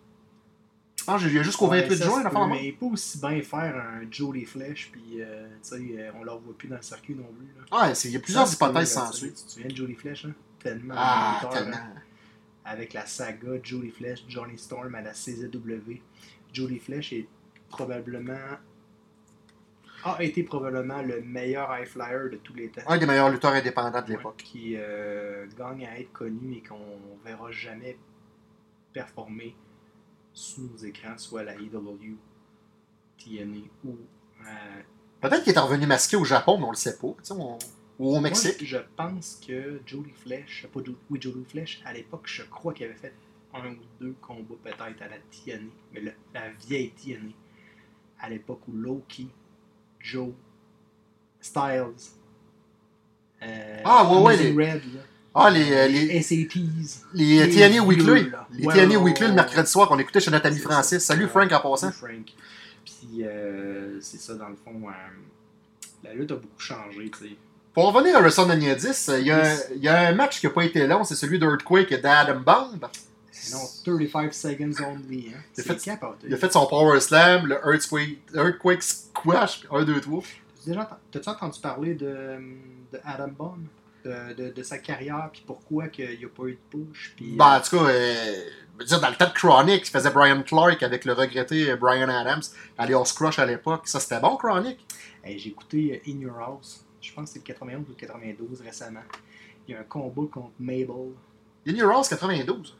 [SPEAKER 6] Je pense qu'il y a jusqu'au
[SPEAKER 5] Ouais,
[SPEAKER 6] 28
[SPEAKER 5] ça
[SPEAKER 6] juin,
[SPEAKER 5] se
[SPEAKER 6] la
[SPEAKER 5] peut,
[SPEAKER 6] fin
[SPEAKER 5] Mais pas aussi bien faire un Joe les flèches, puis, euh, tu sais, euh, on leur voit plus dans le circuit non plus. là.
[SPEAKER 6] Ouais, Ah, c'est- il y a plusieurs
[SPEAKER 5] Ça se peut,
[SPEAKER 6] hypothèses
[SPEAKER 5] là,
[SPEAKER 6] sans
[SPEAKER 5] tu sais.
[SPEAKER 6] suite.
[SPEAKER 5] Tu te souviens de Joe les flèches, hein? Tellement.
[SPEAKER 6] Ah,
[SPEAKER 5] lutteur, hein.
[SPEAKER 6] tellement.
[SPEAKER 5] avec la saga Jolie Flesh, Johnny Storm à la CZW. Jolie Flesh est probablement a été probablement le meilleur high flyer de tous les temps.
[SPEAKER 6] Un des meilleurs lutteurs indépendants de l'époque.
[SPEAKER 5] Qui euh, gagne à être connu et qu'on verra jamais performer sous nos écrans, soit à la E EW, TNA ou euh, à
[SPEAKER 6] Peut-être qu'il est revenu masqué au Japon, mais on le sait pas. tu sais, on- Ou au Mexique.
[SPEAKER 5] Moi, je pense que Jolie Flesh, pas Jo- oui, Jolie Flesh, à l'époque, je crois qu'il avait fait un ou deux combats peut-être à la TNA, mais le- la vieille TNA, à l'époque où Loki, Joe, Styles, euh,
[SPEAKER 6] Ah, ouais, ouais,
[SPEAKER 5] Amazing Red, là,
[SPEAKER 6] Ah, les, euh, les,
[SPEAKER 5] SATs.
[SPEAKER 6] Les euh,
[SPEAKER 5] Les
[SPEAKER 6] TNA
[SPEAKER 5] vieux,
[SPEAKER 6] E Weekly.
[SPEAKER 5] là.
[SPEAKER 6] Les
[SPEAKER 5] Ouais,
[SPEAKER 6] TNA
[SPEAKER 5] ouais, ouais,
[SPEAKER 6] Weekly le
[SPEAKER 5] ouais.
[SPEAKER 6] mercredi soir qu'on écoutait chez notre ami
[SPEAKER 5] C'est
[SPEAKER 6] Francis.
[SPEAKER 5] ça.
[SPEAKER 6] Salut
[SPEAKER 5] Ouais,
[SPEAKER 6] Frank en
[SPEAKER 5] Salut
[SPEAKER 6] passant.
[SPEAKER 5] Frank. Puis, euh, c'est ça, dans le fond, euh, la lutte a beaucoup changé, tu sais.
[SPEAKER 6] Pour revenir à WrestleMania 10, euh, il y, a un-
[SPEAKER 5] Yes.
[SPEAKER 6] il y a un match qui n'a pas été long, c'est celui d'Earthquake et d'Adam Bomb.
[SPEAKER 5] Non, 35 seconds only, hein.
[SPEAKER 6] Il a
[SPEAKER 5] C'est
[SPEAKER 6] fait-
[SPEAKER 5] capoté.
[SPEAKER 6] Il a fait son Power Slam, le Earthquake, Earthquake Squash, 1, 2, 3.
[SPEAKER 5] T'as-tu déjà ent- T'as-tu entendu parler de, de Adam Bond, de, de- de sa carrière, puis pourquoi qu'il n'y a pas eu de push? Puis,
[SPEAKER 6] Ben, en tout cas, euh, je veux dire, dans le temps de Chronic, il faisait Brian Clark avec le regretté euh, Brian Adams. Allez, on se crush à l'époque. Ça, c'était bon, Chronic.
[SPEAKER 5] euh, hey, J'ai écouté euh, In Your House, je pense que c'est le 91 ou le 92 récemment. Il y a un combat contre Mabel.
[SPEAKER 6] In Your House 92.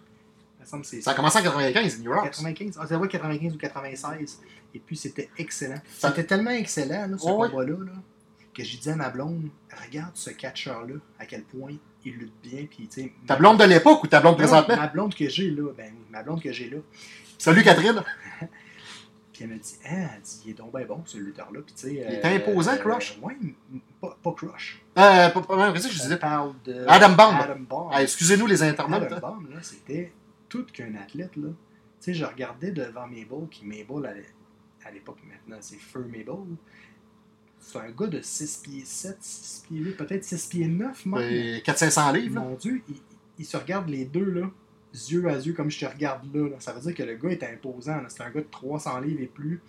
[SPEAKER 5] me semble que c'est
[SPEAKER 6] Ça a commencé en 95, New Rocks.
[SPEAKER 5] 95, ah, c'est vrai, 95 ou 96. Et puis c'était excellent.
[SPEAKER 6] Ça-
[SPEAKER 5] C'était tellement excellent, là, ce
[SPEAKER 6] Ouais, ouais.
[SPEAKER 5] combat-là, là, que je disais à ma blonde, regarde ce catcheur-là, à quel point il lutte bien. Puis, tu sais,
[SPEAKER 6] Ta blonde de l'époque ou ta blonde
[SPEAKER 5] Non,
[SPEAKER 6] présentement?
[SPEAKER 5] Ma blonde que j'ai là, ben oui, ma blonde que j'ai là.
[SPEAKER 6] Salut Catherine!
[SPEAKER 5] Puis elle me dit, ah, elle dit, il est donc bien bon ce lutteur-là. Puis tu sais. euh,
[SPEAKER 6] Il est imposant, Crush.
[SPEAKER 5] Oui, pas, pas Crush.
[SPEAKER 6] Euh, pas, pas même, qu'est-ce que je
[SPEAKER 5] Je
[SPEAKER 6] disais?
[SPEAKER 5] parle de.
[SPEAKER 6] Adam Bomb.
[SPEAKER 5] Adam Bomb.
[SPEAKER 6] Ah, hein. Excusez-nous les internautes.
[SPEAKER 5] Adam Bomb, là, c'était tout qu'un athlète, là. Tu sais, je regardais devant Mabel, qui Mabel, à l'é- à l'époque maintenant, c'est Feu Mabel. C'est un gars de 6 pieds 7, 6 pieds 8, peut-être 6 pieds 9 même.
[SPEAKER 6] Euh, 400-500 livres. là.
[SPEAKER 5] Mon Dieu, ils il se regardent les deux, là, yeux à yeux, comme je te regarde là. là. Ça veut dire que le gars était imposant. là. C'était un gars de 300 livres et plus.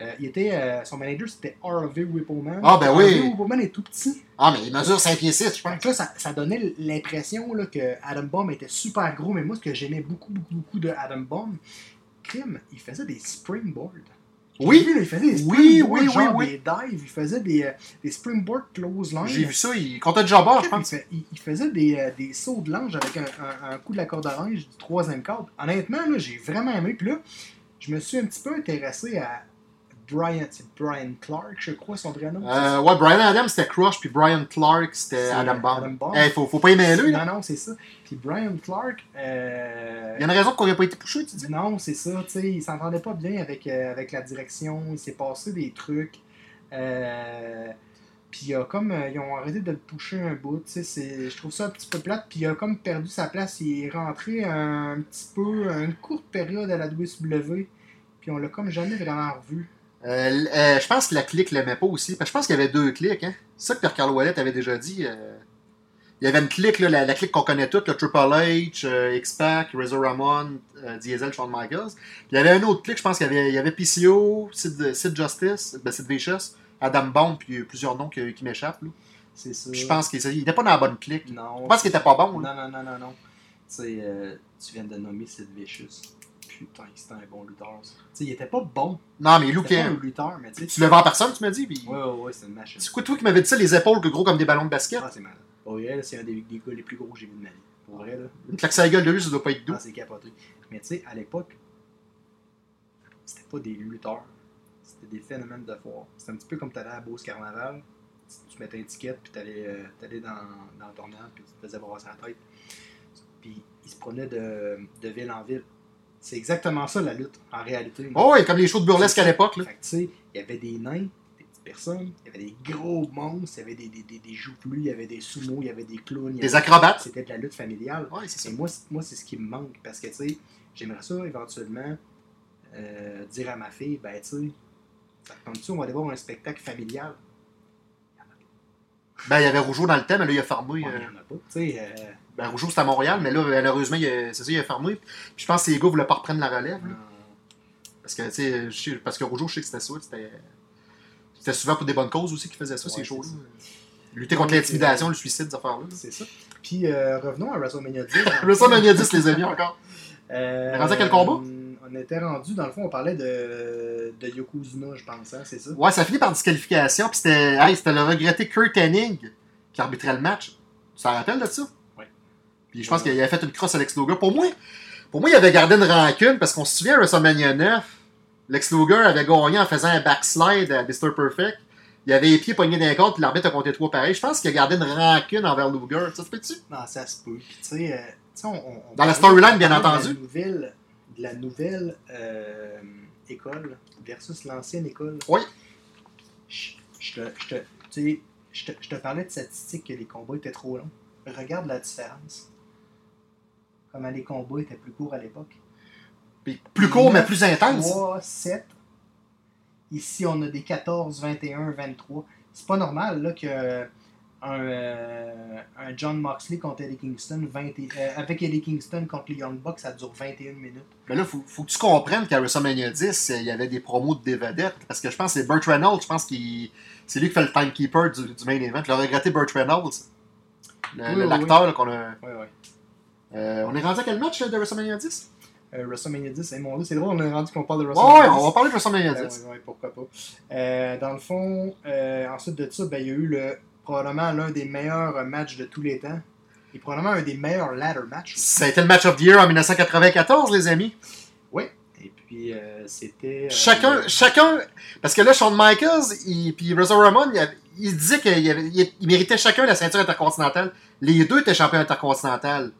[SPEAKER 5] Euh, il était, euh, son manager, c'était Harvey Whippleman.
[SPEAKER 6] Ah, ben oui.
[SPEAKER 5] Harvey Whippleman est tout petit.
[SPEAKER 6] Ah, mais il mesure 5 pieds 6, je pense.
[SPEAKER 5] Fait que là, ça, ça donnait l'impression là, que Adam Bomb était super gros, mais moi, ce que j'aimais beaucoup, beaucoup, beaucoup de Adam Bomb, crime, il faisait des springboards. J'ai
[SPEAKER 6] Oui,
[SPEAKER 5] vu, là, il faisait des
[SPEAKER 6] Oui,
[SPEAKER 5] springboards,
[SPEAKER 6] oui, oui,
[SPEAKER 5] genre
[SPEAKER 6] oui.
[SPEAKER 5] des dives, il faisait des, euh, des springboards close line.
[SPEAKER 6] j'ai vu ça. Il comptait déjà bord, je
[SPEAKER 5] Puis,
[SPEAKER 6] pense.
[SPEAKER 5] il, fait- il- il faisait des, euh, des sauts de linge avec un, un- un coup de la corde orange du troisième cadre. Honnêtement, là, j'ai vraiment aimé. Puis là, je me suis un petit peu intéressé à Brian, c'est Brian Clark, je crois son vrai nom.
[SPEAKER 6] Euh, ouais, Brian Adams, c'était Crush, puis Brian Clark, c'était
[SPEAKER 5] C'est
[SPEAKER 6] Adam
[SPEAKER 5] Adam
[SPEAKER 6] Bomb.
[SPEAKER 5] Bomb.
[SPEAKER 6] Eh, faut, faut pas aimer lui. là.
[SPEAKER 5] non, non, c'est ça. Puis Brian Clark, euh,
[SPEAKER 6] Il y a une raison qu'on n'a pas été poussé, tu dis?
[SPEAKER 5] non, c'est ça. Tu sais, il s'entendait pas bien avec, euh, avec la direction. Il s'est passé des trucs. Euh, puis il a comme euh, ils ont arrêté de le toucher un bout, tu sais, c'est- je trouve ça un petit peu plate, puis il a comme perdu sa place, il est rentré un petit peu, une courte période à la WSW, puis on l'a comme jamais vraiment revu.
[SPEAKER 6] Euh, l- euh, je pense que la clique l'aimait pas aussi. Parce que je pense qu'il y avait deux cliques. Hein. C'est ça que Pierre Carl Wallet avait déjà dit. euh, Il y avait une clique, là, la, la clique qu'on connaît toutes, le Triple H, euh, X-Pac, Razor Ramon, euh, Diesel, Shawn Michaels. Puis il y avait une autre clique, je pense qu'il y avait, il y avait PCO, Sid, Sid Justice, ben Sid Vicious, Adam Bomb, puis euh, plusieurs noms qui, qui m'échappent. là.
[SPEAKER 5] C'est ça.
[SPEAKER 6] Puis Je pense qu'il n'était pas dans la bonne clique.
[SPEAKER 5] Non.
[SPEAKER 6] Je pense qu'il était pas bon. là.
[SPEAKER 5] Non, non, non, non, non. Tu sais, euh, tu viens de nommer Sid Vicious. Putain, c'était un bon lutteur. ça. Tu sais, il était pas bon.
[SPEAKER 6] Non, mais
[SPEAKER 5] C'était
[SPEAKER 6] Luke,
[SPEAKER 5] pas
[SPEAKER 6] hein,
[SPEAKER 5] un lutteur, mais tu sais.
[SPEAKER 6] tu le vends en personne, tu m'as dit. Puis...
[SPEAKER 5] Ouais, ouais, ouais, c'est une machine.
[SPEAKER 6] C'est quoi toi qui m'avais dit ça, les épaules gros comme des ballons de basket?
[SPEAKER 5] Ah, c'est malade. Pour vrai, là, c'est un des, des gars les plus gros que j'ai vu de ma vie. Pour vrai, là.
[SPEAKER 6] Une claque sur la gueule de lui, ça doit pas être doux.
[SPEAKER 5] Ah, c'est capoté. Mais tu sais, à l'époque, c'était pas des lutteurs. C'était des phénomènes de foire. C'était un petit peu comme t'allais à Beauce Carnaval. Tu, tu mettais une étiquette, puis t'allais euh, t'allais dans, dans le tournant, puis tu te faisais brasser la tête. Puis ils se prenaient de, de ville en ville. C'est exactement ça la lutte, en réalité.
[SPEAKER 6] Oh, ouais, comme les shows de burlesque à l'époque. là.
[SPEAKER 5] Fait que, tu sais, il y avait des nains, des petites personnes, il y avait des gros monstres, il y avait des, des, des, des joufflus, il y avait des sumo, il y avait des clowns. il y
[SPEAKER 6] Des
[SPEAKER 5] avait-
[SPEAKER 6] acrobates.
[SPEAKER 5] C'était de la lutte familiale.
[SPEAKER 6] Ouais, c'est ça.
[SPEAKER 5] Et moi, c- moi c'est ce qui me manque parce que, tu sais, j'aimerais ça éventuellement euh, dire à ma fille, ben, tu sais, ça te tente-tu, on va aller voir un spectacle familial.
[SPEAKER 6] Ben, il y avait Rougeau dans le thème, mais là, il a fermé.
[SPEAKER 5] Il n'y
[SPEAKER 6] euh,
[SPEAKER 5] en a pas. Tu sais, euh,
[SPEAKER 6] Ben, Rougeau, c'est à Montréal, mais là, malheureusement, il a- c'est ça, il a fermé. Puis je pense que les gars voulaient pas reprendre la relève. là.
[SPEAKER 5] en-
[SPEAKER 6] Parce que, tu sais, je sais- parce que Rougeau, je sais que c'était ça. C'était, c'était souvent pour des bonnes causes aussi qu'ils faisaient ça,
[SPEAKER 5] Ouais,
[SPEAKER 6] ces
[SPEAKER 5] c'est
[SPEAKER 6] shows-là.
[SPEAKER 5] ça.
[SPEAKER 6] Lutter contre
[SPEAKER 5] Donc,
[SPEAKER 6] l'intimidation, le suicide, ces affaires-là.
[SPEAKER 5] c'est ça. Puis, euh, revenons à WrestleMania 10.
[SPEAKER 6] Le ça, on y a 10, les amis, encore.
[SPEAKER 5] Euh,
[SPEAKER 6] On est rendu à quel combat?
[SPEAKER 5] On était rendu, dans le fond, on parlait de, de Yokozuna, je pense, hein, c'est ça?
[SPEAKER 6] Ouais, ça finit par disqualification. Puis c'était, hey, c'était le regretté Kurt Hennig qui arbitrait le match. Tu t'en rappelles de ça?
[SPEAKER 5] Ouais.
[SPEAKER 6] Puis je pense
[SPEAKER 5] Ouais.
[SPEAKER 6] qu'il avait fait une crosse à Lex Luger. Pour moi, pour moi, il avait gardé une rancune parce qu'on se souvient à WrestleMania 9, Lex Luger avait gagné en faisant un backslide à Mr. Perfect. Il avait les pieds pognés d'un compte, puis l'arbitre a compté trois pareil. Je pense qu'il a gardé une rancune envers Luger. Ça se peut-tu?
[SPEAKER 5] Non, Ah, ça se peut. Puis, tu sais, euh, tu sais, on, on- on
[SPEAKER 6] Dans
[SPEAKER 5] parlait-
[SPEAKER 6] la storyline, bien
[SPEAKER 5] on parlait
[SPEAKER 6] entendu.
[SPEAKER 5] De la nouvelle, de la nouvelle euh, école versus l'ancienne école.
[SPEAKER 6] Oui.
[SPEAKER 5] Je je te, je te, tu sais, je te, je te parlais de statistiques que les combats étaient trop longs. Regarde la différence. Comment les combats étaient plus courts à l'époque.
[SPEAKER 6] Puis plus court, mais plus intense.
[SPEAKER 5] 3, 7. Ici, on a des 14, 21, 23. C'est pas normal là, que un, euh, un John Moxley contre Eddie Kingston, 20 et- euh, avec Eddie Kingston contre les Young Bucks, ça dure 21 minutes.
[SPEAKER 6] Mais là, faut, faut que tu comprennes qu'à WrestleMania 10, euh, il y avait des promos de des vedettes. Parce que je pense que c'est Burt Reynolds, je pense qu'il. C'est lui qui fait le timekeeper du, du main event. Le regretté Burt Reynolds. Le-
[SPEAKER 5] Oui,
[SPEAKER 6] le-
[SPEAKER 5] oui,
[SPEAKER 6] L'acteur là, qu'on a.
[SPEAKER 5] Ouais, ouais.
[SPEAKER 6] Euh, on est rendu à quel match là, de WrestleMania 10
[SPEAKER 5] Euh, WrestleMania 10, eh, mon Dieu, c'est drôle, on est rendu qu'on parle de
[SPEAKER 6] Ouais,
[SPEAKER 5] WrestleMania
[SPEAKER 6] ouais,
[SPEAKER 5] 10.
[SPEAKER 6] on va parler de WrestleMania
[SPEAKER 5] Ben
[SPEAKER 6] 10.
[SPEAKER 5] ouais, ouais, pourquoi pas. Euh, dans le fond, euh, ensuite de ça, ben, il y a eu le, probablement l'un des meilleurs euh, matchs de tous les temps. est probablement un des meilleurs ladder matchs. aussi.
[SPEAKER 6] Ça a été le match of the year en 1994, les amis.
[SPEAKER 5] Oui. Et puis, euh, c'était. euh,
[SPEAKER 6] Chacun, chacun, parce que là, Shawn Michaels et puis Razor Ramon, il, avait- il disait qu'il avait- il- il méritait chacun la ceinture intercontinentale. Les deux étaient champions intercontinentaux.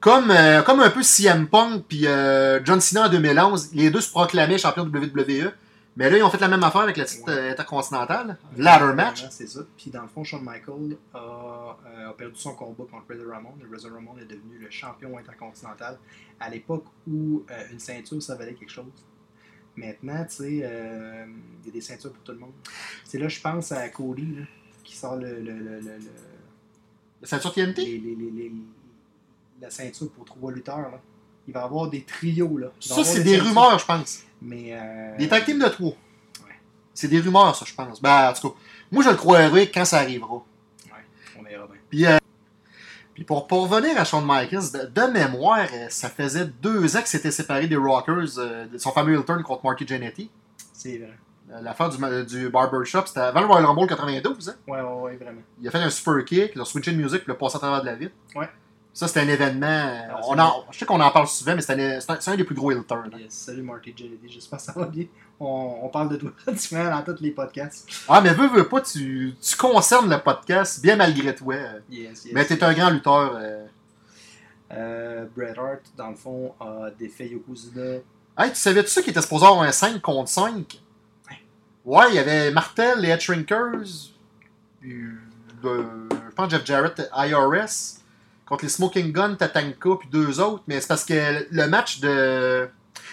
[SPEAKER 6] Comme, euh, comme un peu CM Punk puis euh, John Cena en 2011, les deux se proclamaient champions WWE. Mais là, ils ont fait la même affaire avec la titre
[SPEAKER 5] Ouais.
[SPEAKER 6] euh, intercontinentale, ladder match.
[SPEAKER 5] C'est ça. Puis dans le fond, Shawn Michaels a, euh, a perdu son combat contre Razor Ramon. Et Razor Ramon est devenu le champion intercontinental à l'époque où euh, une ceinture, ça valait quelque chose. Maintenant, tu sais, euh, il y a des ceintures pour tout le monde. C'est là, je pense à Cody, là, qui sort le, le- le- le- le-
[SPEAKER 6] La ceinture TNT?
[SPEAKER 5] les- les- les- les- la ceinture pour trois lutteurs. là. Il va y avoir des trios. Là. Il va y
[SPEAKER 6] Ça,
[SPEAKER 5] avoir
[SPEAKER 6] c'est des
[SPEAKER 5] ceintures.
[SPEAKER 6] rumeurs, je pense.
[SPEAKER 5] Mais, euh,
[SPEAKER 6] Des tag teams de trois. C'est des rumeurs, ça, je pense. Ben, en tout cas, moi, je le croirais quand ça arrivera.
[SPEAKER 5] On verra bien.
[SPEAKER 6] Puis, euh, puis pour, pour revenir à Shawn Michaels, de, de mémoire, euh, ça faisait deux ans qu'il s'était séparé des Rockers, euh, de son fameux Hilton contre Marty Jannetty.
[SPEAKER 5] C'est vrai.
[SPEAKER 6] Euh, L'affaire du, ma- du Barbershop, c'était avant le Royal Rumble 92. hein.
[SPEAKER 5] Ouais, ouais, ouais, vraiment.
[SPEAKER 6] Il a fait un super kick, il a switché de musique, puis il a passé à travers de la ville.
[SPEAKER 5] Ouais.
[SPEAKER 6] Ça, c'était un événement. euh,
[SPEAKER 5] Ah,
[SPEAKER 6] on
[SPEAKER 5] c'est
[SPEAKER 6] en- je sais qu'on en parle souvent, mais c'est un, c'est un- c'est un des plus gros Hilton. hein.
[SPEAKER 5] Yes, salut Marty Jannetty, j'espère que ça va bien. On, on parle de toi pratiquement dans tous les podcasts.
[SPEAKER 6] Ah, mais veux, veux pas, tu, tu concernes le podcast bien malgré toi. euh.
[SPEAKER 5] Yes, yes.
[SPEAKER 6] Mais t'es un grand lutteur. euh.
[SPEAKER 5] Euh, Bret Hart, dans le fond, a défait Yokozuna.
[SPEAKER 6] Hey, tu savais-tu ça qu'il était supposé avoir un 5 contre 5? Ouais, il y avait Martel, les Headshrinkers, puis, euh, je pense Jeff Jarrett, IRS, contre les Smoking Gun, Tatanka, puis deux autres. Mais c'est parce que le match de...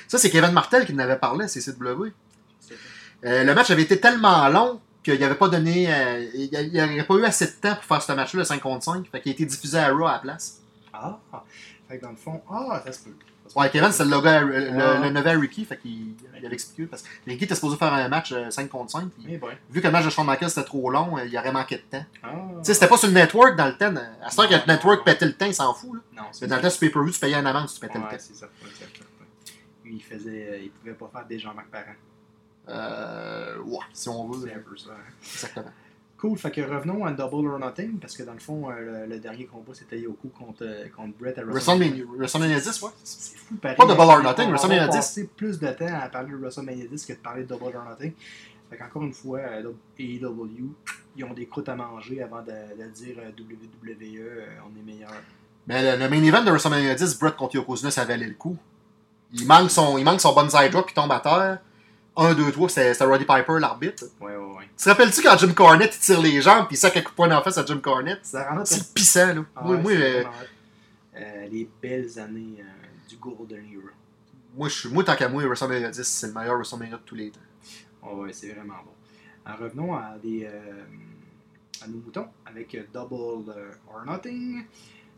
[SPEAKER 6] Ça, c'est Kevin Martel qui en avait parlé, c'est CW. Euh, le match avait été tellement long qu'il n'y avait pas donné... euh, il n'y aurait pas eu assez de temps pour faire ce match-là, le 5 contre 5. Fait qu'il a été diffusé à Raw à la place.
[SPEAKER 5] Ah! Fait que dans le fond, ah, ça se peut. Ça se peut.
[SPEAKER 6] Ouais, Kevin, c'est le, logo à- le,
[SPEAKER 5] Ah.
[SPEAKER 6] le neveu à Ricky, fait qu'il il avait expliqué. Parce que Ricky était supposé faire un match euh, 5 contre 5. puis
[SPEAKER 5] Mais bon.
[SPEAKER 6] vu que le match de Shawn Michaels c'était trop long, euh, il aurait manqué de temps.
[SPEAKER 5] ben, Ah.
[SPEAKER 6] Tu sais, c'était pas sur le network dans le temps. euh, À ce temps que le
[SPEAKER 5] Ouais.
[SPEAKER 6] network pétait le temps, il s'en fout. Là.
[SPEAKER 5] Non,
[SPEAKER 6] Mais dans le temps, sur pay-per-view, tu payais en avance, tu pétais
[SPEAKER 5] Ouais,
[SPEAKER 6] le temps.
[SPEAKER 5] c'est ça. ouais, c'est ça, ouais. Lui, il faisait, euh, il pouvait pas faire des Jean-Marc Parent.
[SPEAKER 6] Euh, ouais, si on veut.
[SPEAKER 5] C'est un peu ça. hein.
[SPEAKER 6] Exactement.
[SPEAKER 5] Cool, fait que revenons à Double or Nothing, parce que dans le fond, euh, le, le dernier combat, c'était Yoko contre, euh, contre Bret à
[SPEAKER 6] WrestleMania WrestleMania 10, ouais.
[SPEAKER 5] C'est fou, pareil.
[SPEAKER 6] Pas Double or
[SPEAKER 5] On-
[SPEAKER 6] Nothing,
[SPEAKER 5] on
[SPEAKER 6] WrestleMania
[SPEAKER 5] va
[SPEAKER 6] 10.
[SPEAKER 5] passer plus de temps à parler de WrestleMania 10 que de parler de Double or Nothing. Fait qu'encore une fois, euh, AEW, ils ont des croûtes à manger avant de, de dire euh, WWE, euh, on est meilleur.
[SPEAKER 6] Mais le, le main event de WrestleMania 10, Brett contre Yokozuna, ça valait le coup. Il manque son, il manque son bonsai drop, il tombe à terre. 1, 2, 3, c'était Roddy Piper, l'arbitre.
[SPEAKER 5] Ouais, ouais, ouais.
[SPEAKER 6] Tu te rappelles-tu quand Jim Cornette il tire les jambes puis il sac un coup de poing d'en face à Jim Cornette?
[SPEAKER 5] Ça rend notre-
[SPEAKER 6] C'est pissant, là.
[SPEAKER 5] Ah
[SPEAKER 6] moi,
[SPEAKER 5] ouais,
[SPEAKER 6] moi,
[SPEAKER 5] c'est
[SPEAKER 6] euh,
[SPEAKER 5] vraiment hot. Euh, les belles années euh, du Golden Era.
[SPEAKER 6] moi, je suis, moi, tant qu'à moi, WrestleMania 10, c'est le meilleur WrestleMania de tous les temps.
[SPEAKER 5] Ah ouais, c'est vraiment bon. En revenons à des euh, à nos moutons avec euh, Double euh, or Nothing.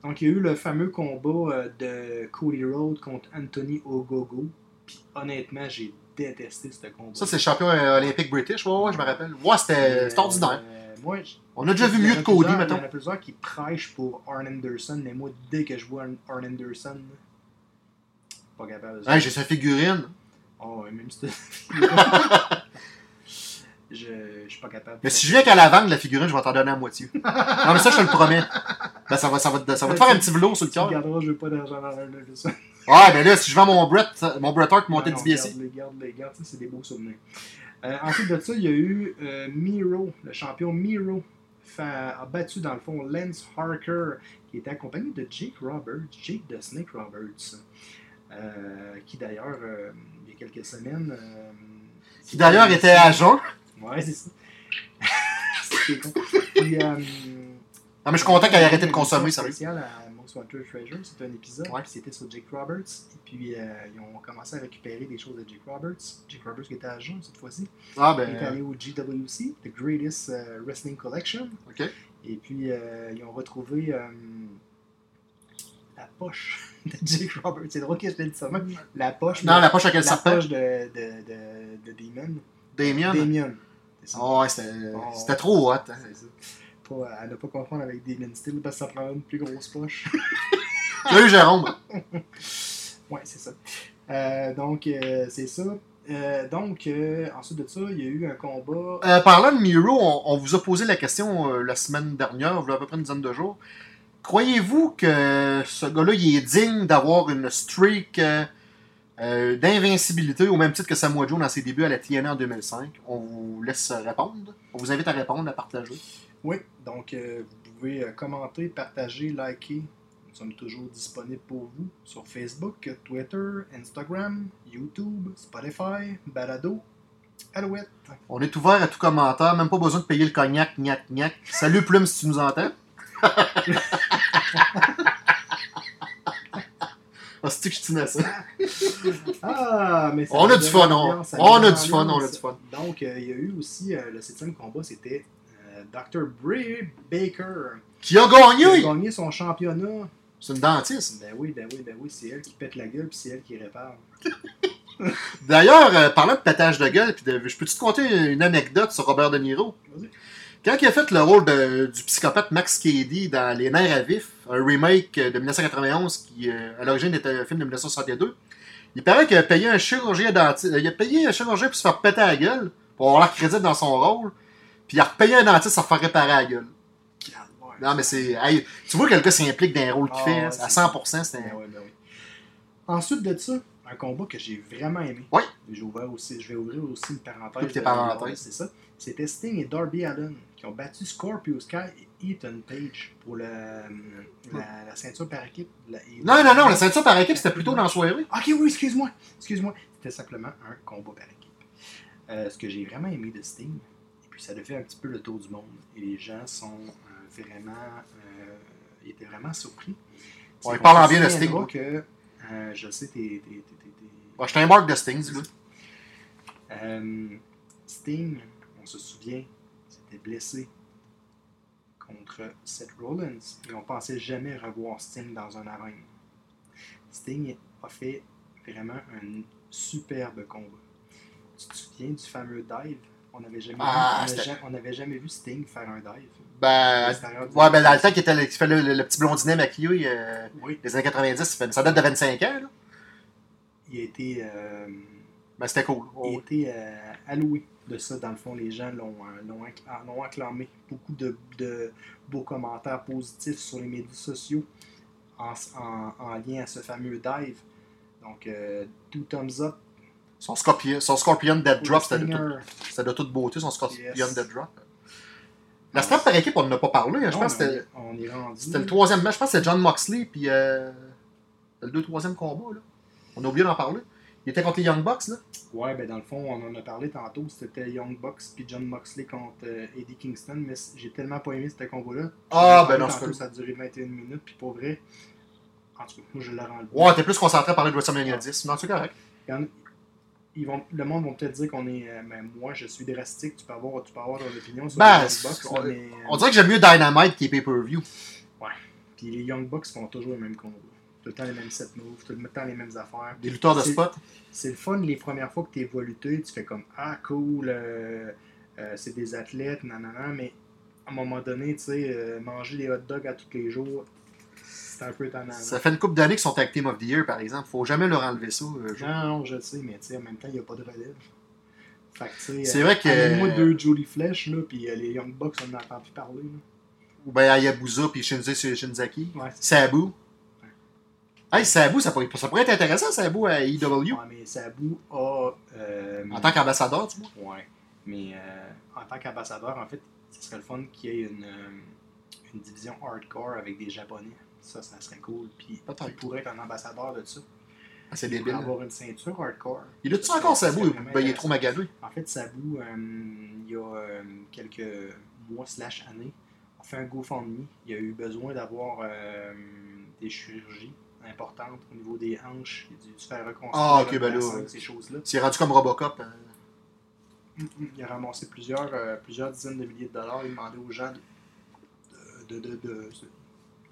[SPEAKER 5] Donc il y a eu le fameux combat euh, de Cody Rhodes contre Anthony Ogogo. Puis honnêtement, j'ai détesté ce combat.
[SPEAKER 6] Ça, c'est le champion euh, olympique british. Ouais, ouais, je me rappelle. Ouais, c'était
[SPEAKER 5] Euh,
[SPEAKER 6] c'était ordinaire.
[SPEAKER 5] euh, moi, j-
[SPEAKER 6] On a déjà vu
[SPEAKER 5] il y en
[SPEAKER 6] mieux
[SPEAKER 5] a
[SPEAKER 6] de Cody,
[SPEAKER 5] plusieurs- Il y
[SPEAKER 6] mettons.
[SPEAKER 5] en a plusieurs qui prêchent pour Arn Anderson, mais moi, dès que je vois Arn- Arn Anderson, pas capable de
[SPEAKER 6] Hey, j'ai sa figurine.
[SPEAKER 5] Oh, ouais, même si Je je suis pas capable.
[SPEAKER 6] Mais si je viens qu'à la vente, la figurine, je vais t'en donner à moitié. non, mais ça, je te le promets. Ben, ça va, ça va, te- ça va te faire un petit velours sur le
[SPEAKER 5] Tu
[SPEAKER 6] cœur.
[SPEAKER 5] le garderas, je veux pas d'argent dans l'un de ça.
[SPEAKER 6] Ouais, mais là, si je vends mon Brett, mon Bret Hart, mon Teddy BSC.
[SPEAKER 5] Garde les garde les garde, ça c'est des beaux souvenirs. Euh, ensuite de ça, il y a eu euh, Miro, le champion Miro, fa- a battu dans le fond Lance Harker, qui était accompagné de Jake Roberts, Jake de Snake Roberts, euh, qui d'ailleurs, euh, il y a quelques semaines. euh,
[SPEAKER 6] Qui d'ailleurs était à jeun.
[SPEAKER 5] Ouais, c'est ça. c'est con. Puis, euh,
[SPEAKER 6] Non, mais je suis content qu'elle ait arrêté de consommer,
[SPEAKER 5] ça.
[SPEAKER 6] sérieux.
[SPEAKER 5] Euh, spécial à Most Wanted Treasure, c'est un épisode.
[SPEAKER 6] Ouais.
[SPEAKER 5] puis C'était sur Jake Roberts. Et puis, euh, ils ont commencé à récupérer des choses de Jake Roberts. Jake Roberts qui était à Jean cette fois-ci.
[SPEAKER 6] Ah,
[SPEAKER 5] Il est
[SPEAKER 6] ben.
[SPEAKER 5] allé au GWC, The Greatest euh, Wrestling Collection.
[SPEAKER 6] Ok.
[SPEAKER 5] Et puis, euh, ils ont retrouvé euh, la poche de Jake Roberts. C'est drôle que je te dise ça. même. La poche.
[SPEAKER 6] Non,
[SPEAKER 5] mais-
[SPEAKER 6] la poche avec le
[SPEAKER 5] la
[SPEAKER 6] serpent.
[SPEAKER 5] poche de, de, de, de Damon.
[SPEAKER 6] Damien.
[SPEAKER 5] Damien. C'est ça.
[SPEAKER 6] Ah ouais, c'était
[SPEAKER 5] Oh.
[SPEAKER 6] c'était trop hot. hein.
[SPEAKER 5] C'est ça. Pas, à ne pas confondre avec Damon Steele parce que ça prend une plus grosse poche.
[SPEAKER 6] Tu l'as eu, Jérôme.
[SPEAKER 5] Ouais, c'est ça. Euh, donc, euh, c'est ça. Euh, donc, euh, ensuite de ça, il y a eu un combat.
[SPEAKER 6] Euh, parlant de Miro, on, on vous a posé la question euh, la semaine dernière, il y a à peu près une dizaine de jours. Croyez-vous que ce gars-là, il est digne d'avoir une streak euh, euh, d'invincibilité au même titre que Samoa Joe dans ses débuts à la TNA en 2005? On vous laisse répondre. On vous invite à répondre, à partager.
[SPEAKER 5] Oui, donc euh, vous pouvez euh, commenter, partager, liker. Nous sommes toujours disponibles pour vous sur Facebook, Twitter, Instagram, YouTube, Spotify, Balado, Alouette.
[SPEAKER 6] On est ouvert à tout commentaire, même pas besoin de payer le cognac, gnac, gnac. Salut Plume si tu nous entends. Ah, c'est-tu que je suis innocent?
[SPEAKER 5] Ah, mais ça
[SPEAKER 6] On a
[SPEAKER 5] donne
[SPEAKER 6] du fun, on-
[SPEAKER 5] ambiance, ça
[SPEAKER 6] on a
[SPEAKER 5] donne
[SPEAKER 6] du fun,
[SPEAKER 5] ambiance.
[SPEAKER 6] on a du fun.
[SPEAKER 5] Donc, euh, il y a eu aussi euh, le septième combat, c'était euh, Dr. Bray Baker
[SPEAKER 6] Qui a
[SPEAKER 5] qui a
[SPEAKER 6] gagné?
[SPEAKER 5] gagné son championnat.
[SPEAKER 6] C'est une dentiste.
[SPEAKER 5] Ben oui, ben oui, ben oui, c'est elle qui pète la gueule, puis c'est elle qui répare.
[SPEAKER 6] D'ailleurs, euh, parlant de pétage de gueule, puis de- je peux-tu te conter une anecdote sur Robert De Niro?
[SPEAKER 5] Vas-y.
[SPEAKER 6] Quand il a fait le rôle de- du psychopathe Max Cady dans Les Nerfs à Vif, un remake euh, de 1991 qui, euh, à l'origine, était un film de 1962, il paraît qu'il a payé un chirurgien dentiste. Il a payé un chirurgien pour se faire péter la gueule, pour avoir l'air crédible dans son rôle, puis il a repayé un dentiste pour se faire réparer la gueule.
[SPEAKER 5] Calvaire.
[SPEAKER 6] Non, mais c'est. hey, tu vois que le gars s'implique dans les rôles qu'il
[SPEAKER 5] Ah,
[SPEAKER 6] fait,
[SPEAKER 5] ouais,
[SPEAKER 6] hein,
[SPEAKER 5] c'est-
[SPEAKER 6] à 100%, c'est un.
[SPEAKER 5] Ben ouais, ben oui. Ensuite de ça, un combat que j'ai vraiment aimé.
[SPEAKER 6] Oui.
[SPEAKER 5] J'ai ouvert aussi, je vais ouvrir aussi une parenthèse.
[SPEAKER 6] Toutes tes
[SPEAKER 5] de-
[SPEAKER 6] parenthèses.
[SPEAKER 5] C'est ça. C'était Sting et Darby Allen qui ont battu Scorpio Sky et Ethan Page pour la, la, la ceinture par équipe. la-
[SPEAKER 6] Non, non, non, la ceinture par équipe, c'était plutôt dans la soirée.
[SPEAKER 5] Ah, Ok, oui, excuse-moi. Excuse-moi. C'était simplement un combat par équipe. Euh, ce que j'ai vraiment aimé de Sting, et puis ça a fait un petit peu le tour du monde, et les gens sont euh, vraiment. euh, ils étaient vraiment surpris.
[SPEAKER 6] Ouais,
[SPEAKER 5] C'est
[SPEAKER 6] il parle
[SPEAKER 5] qu'on
[SPEAKER 6] en bien de
[SPEAKER 5] se souviendra
[SPEAKER 6] Sting.
[SPEAKER 5] que, euh, je sais, t'es. t'es- t'es- t'es- t'es-
[SPEAKER 6] Ouais, J'étais un marque de Sting, dis-le.
[SPEAKER 5] Euh, Sting, on se souvient, s'était blessé contre Seth Rollins et on pensait jamais revoir Sting dans un arène. Sting a fait vraiment un superbe combat. Tu te souviens du fameux dive On n'avait jamais, vu-
[SPEAKER 6] Ah,
[SPEAKER 5] on
[SPEAKER 6] c'était-
[SPEAKER 5] a ja- on n'avait jamais vu Sting faire un dive. À
[SPEAKER 6] Ben,
[SPEAKER 5] l'extérieur du-
[SPEAKER 6] ouais, ben, dans le temps qu'il était le- qu'il fait le, le- le petit blondinet maquillé, euh,
[SPEAKER 5] Oui,
[SPEAKER 6] les années 90, ça fait- ça date de 25 ans, là.
[SPEAKER 5] il a été, euh,
[SPEAKER 6] Ben, c'était cool.
[SPEAKER 5] il a
[SPEAKER 6] Ouais.
[SPEAKER 5] été euh, alloué de ça. Dans le fond, les gens l'ont euh, l'ont acc- ah, l'ont acclamé. Beaucoup de, de beaux commentaires positifs sur les médias sociaux en, s- en- en lien à ce fameux dive. Donc, euh, tout thumbs up.
[SPEAKER 6] Son Scorpion, son Scorpion Dead
[SPEAKER 5] pour
[SPEAKER 6] Drop,
[SPEAKER 5] le
[SPEAKER 6] c'était de,
[SPEAKER 5] Stinger.
[SPEAKER 6] tout- c'était de toute beauté, son Scorpion
[SPEAKER 5] Yes.
[SPEAKER 6] Dead Drop. La strap par équipe, on n'en a pas parlé. hein, Je
[SPEAKER 5] Non,
[SPEAKER 6] pense que
[SPEAKER 5] mais
[SPEAKER 6] c'était-
[SPEAKER 5] on, est- on est rendu.
[SPEAKER 6] c'était le troisième match. Je pense que c'était John Moxley, puis euh, le deux troisième combat, là. On a oublié d'en parler. Il était contre les Young Bucks, là.
[SPEAKER 5] Ouais, ben dans le fond, on en a parlé tantôt. C'était Young Bucks puis John Moxley contre euh, Eddie Kingston. Mais c- j'ai tellement pas aimé ce combat-là.
[SPEAKER 6] Ah,
[SPEAKER 5] J'en ai
[SPEAKER 6] ben
[SPEAKER 5] parlé
[SPEAKER 6] non, c'est pas
[SPEAKER 5] tantôt, Ça a duré 21 minutes. Puis pour vrai, en tout cas, moi je l'ai rendu.
[SPEAKER 6] Ouais, t'es plus concentré à parler de WrestleMania 10. Non, c'est correct.
[SPEAKER 5] Il y en a- ils vont, le monde va peut-être dire qu'on est. euh, mais moi, je suis drastique. Tu peux avoir, tu peux avoir ton opinion sur les
[SPEAKER 6] Ben,
[SPEAKER 5] Young Bucks.
[SPEAKER 6] on-
[SPEAKER 5] mais, euh,
[SPEAKER 6] On dirait que j'aime mieux Dynamite qui est pay-per-view.
[SPEAKER 5] Puis les Young Bucks font toujours le même combat. Tout le temps les mêmes set moves, tout le temps les mêmes affaires.
[SPEAKER 6] Des lutteurs de
[SPEAKER 5] C'est-
[SPEAKER 6] spot.
[SPEAKER 5] C'est le fun les premières fois que tu les vois lutter. Tu fais comme Ah, cool, euh, euh, c'est des athlètes, nanana. Mais à un moment donné, tu sais, euh, manger des hot dogs à tous les jours, c'est un peu étonnant.
[SPEAKER 6] Ça fait une couple d'années qu'ils sont Tag Team of the Year, par exemple. Faut jamais leur enlever ça. euh, je-
[SPEAKER 5] Non, non, je le sais, mais tu sais, en même temps, il n'y a pas de relève. Fait que, tu sais,
[SPEAKER 6] C'est vrai que-
[SPEAKER 5] Ah, Moi, deux Jolie Flèche, là, puis euh, les Young Bucks, on en entend plus parler. Là.
[SPEAKER 6] Ou ben Hayabusa puis Shinzi Shinzaki.
[SPEAKER 5] Ouais, c'est-
[SPEAKER 6] Sabu. Hey, Sabu, ça pourrait, ça pourrait être intéressant, Sabu à IW.
[SPEAKER 5] ouais, mais Sabu a. euh,
[SPEAKER 6] En tant qu'ambassadeur, tu vois.
[SPEAKER 5] Ouais. Mais euh, en tant qu'ambassadeur, en fait, ce serait le fun qu'il y ait une, euh, une division hardcore avec des Japonais. Ça, ça serait cool. Puis
[SPEAKER 6] Peut-être.
[SPEAKER 5] il pourrait être un ambassadeur de ça.
[SPEAKER 6] Ah, C'est
[SPEAKER 5] Il pourrait
[SPEAKER 6] débile.
[SPEAKER 5] avoir une ceinture hardcore.
[SPEAKER 6] Il a-tu encore
[SPEAKER 5] Ça serait
[SPEAKER 6] Sabu?
[SPEAKER 5] vraiment
[SPEAKER 6] Ben, il est trop magané.
[SPEAKER 5] En fait, Sabu, euh, il y a euh, quelques mois slash années, a fait un GoFundMe. Il a eu besoin d'avoir euh, des chirurgies importantes au niveau des hanches. Il a dû se faire reconstruire
[SPEAKER 6] Ah, ok,
[SPEAKER 5] le
[SPEAKER 6] ben là,
[SPEAKER 5] bassin,
[SPEAKER 6] ouais.
[SPEAKER 5] ces choses-là.
[SPEAKER 6] C'est rendu comme Robocop. euh.
[SPEAKER 5] Mm, mm. Il a ramassé plusieurs, euh, plusieurs dizaines de milliers de dollars. Il demandait aux gens de... de, de, de-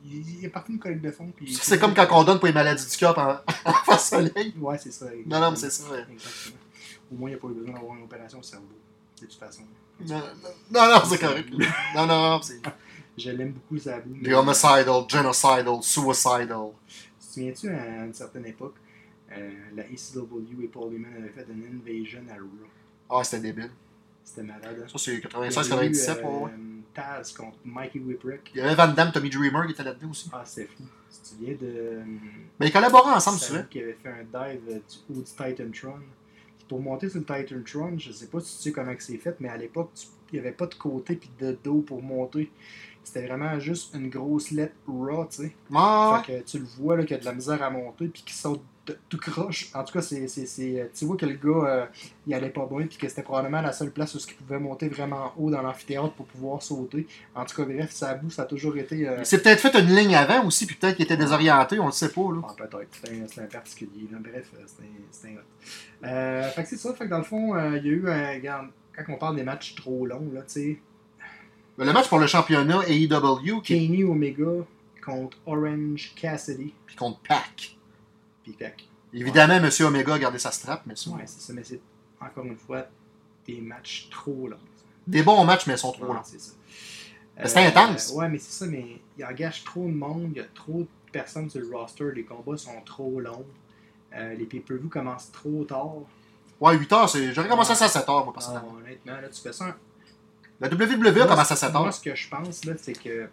[SPEAKER 5] il, il est parti une collecte de fonds. puis-
[SPEAKER 6] C'est comme quand on donne pour les maladies du cœur en, en face soleil.
[SPEAKER 5] Ouais, c'est ça.
[SPEAKER 6] Non, non, mais c'est ça. ouais.
[SPEAKER 5] Exactement. Au moins, il n'y a pas eu besoin d'avoir une opération au cerveau. De toute façon.
[SPEAKER 6] Non, non, non, non, c'est correct. Non, non, c'est.
[SPEAKER 5] Je l'aime beaucoup, Sabu. mais-
[SPEAKER 6] The homicidal, genocidal, suicidal.
[SPEAKER 5] Tu te souviens-tu, à une certaine époque, euh, la ECW et Paul Heyman avaient fait une invasion à Raw.
[SPEAKER 6] Ah, c'était débile.
[SPEAKER 5] C'était malade.
[SPEAKER 6] Ça, c'est
[SPEAKER 5] hein.
[SPEAKER 6] 96-97.
[SPEAKER 5] Il y a eu,
[SPEAKER 6] ouais, ouais.
[SPEAKER 5] euh, Taz contre Mikey Whipwreck.
[SPEAKER 6] Il y avait Van Damme, Tommy Dreamer qui était là-dedans aussi.
[SPEAKER 5] Ah, c'est fou. Si tu viens de. euh,
[SPEAKER 6] Mais ils collaboraient ensemble,
[SPEAKER 5] Sabu
[SPEAKER 6] tu vois.
[SPEAKER 5] qui avait fait un dive euh, du haut du Titantron. Puis Pour monter sur le Titantron, je sais pas si tu sais comment que c'est fait, mais à l'époque, tu- il n'y avait pas de côté puis de dos pour monter. C'était vraiment juste une grosse lettre raw, tu sais.
[SPEAKER 6] Ouais, ouais.
[SPEAKER 5] Fait que tu le vois là, qu'il y a de la misère à monter puis qu'il saute de- tout croche. En tout cas, c'est, c'est- c'est- tu vois que le gars, euh, il allait pas bien puis que c'était probablement la seule place où il pouvait monter vraiment haut dans l'amphithéâtre pour pouvoir sauter. En tout cas, bref, ça bout, ça a toujours été. euh,
[SPEAKER 6] Il s'est peut-être fait une ligne avant aussi, puis peut-être qu'il était désorienté, on le sait pas, là.
[SPEAKER 5] Ah, peut-être. C'est un- c'est un particulier. là. Bref, euh, c'est un- c'est un hot. Euh, fait que c'est ça. Fait que dans le fond, euh, il y a eu un. regarde, Quand on parle des matchs trop longs, là, tu sais,
[SPEAKER 6] Mais Le match pour le championnat AEW qui
[SPEAKER 5] Kenny Omega contre Orange Cassidy.
[SPEAKER 6] puis contre Pac.
[SPEAKER 5] Puis fait que,
[SPEAKER 6] Évidemment, Monsieur Omega a gardé sa strap, mais ça.
[SPEAKER 5] ouais, c'est ça. Mais c'est encore une fois des matchs trop longs.
[SPEAKER 6] Des bons matchs, mais ils sont trop
[SPEAKER 5] Ouais,
[SPEAKER 6] longs.
[SPEAKER 5] c'est ça. Euh,
[SPEAKER 6] Mais c'était intense.
[SPEAKER 5] ouais, mais c'est ça, mais il engage trop de monde, il y a trop de personnes sur le roster, les combats sont trop longs, euh, les pay-per-views commencent trop tard.
[SPEAKER 6] Ouais, 8 heures, c'est... j'aurais commencé ça à 7 heures, moi, personnellement.
[SPEAKER 5] Non, honnêtement, là, tu fais ça un
[SPEAKER 6] La WWE
[SPEAKER 5] Moi,
[SPEAKER 6] commence à
[SPEAKER 5] ce-
[SPEAKER 6] 7
[SPEAKER 5] Moi,
[SPEAKER 6] heures.
[SPEAKER 5] ce que je pense, là, c'est que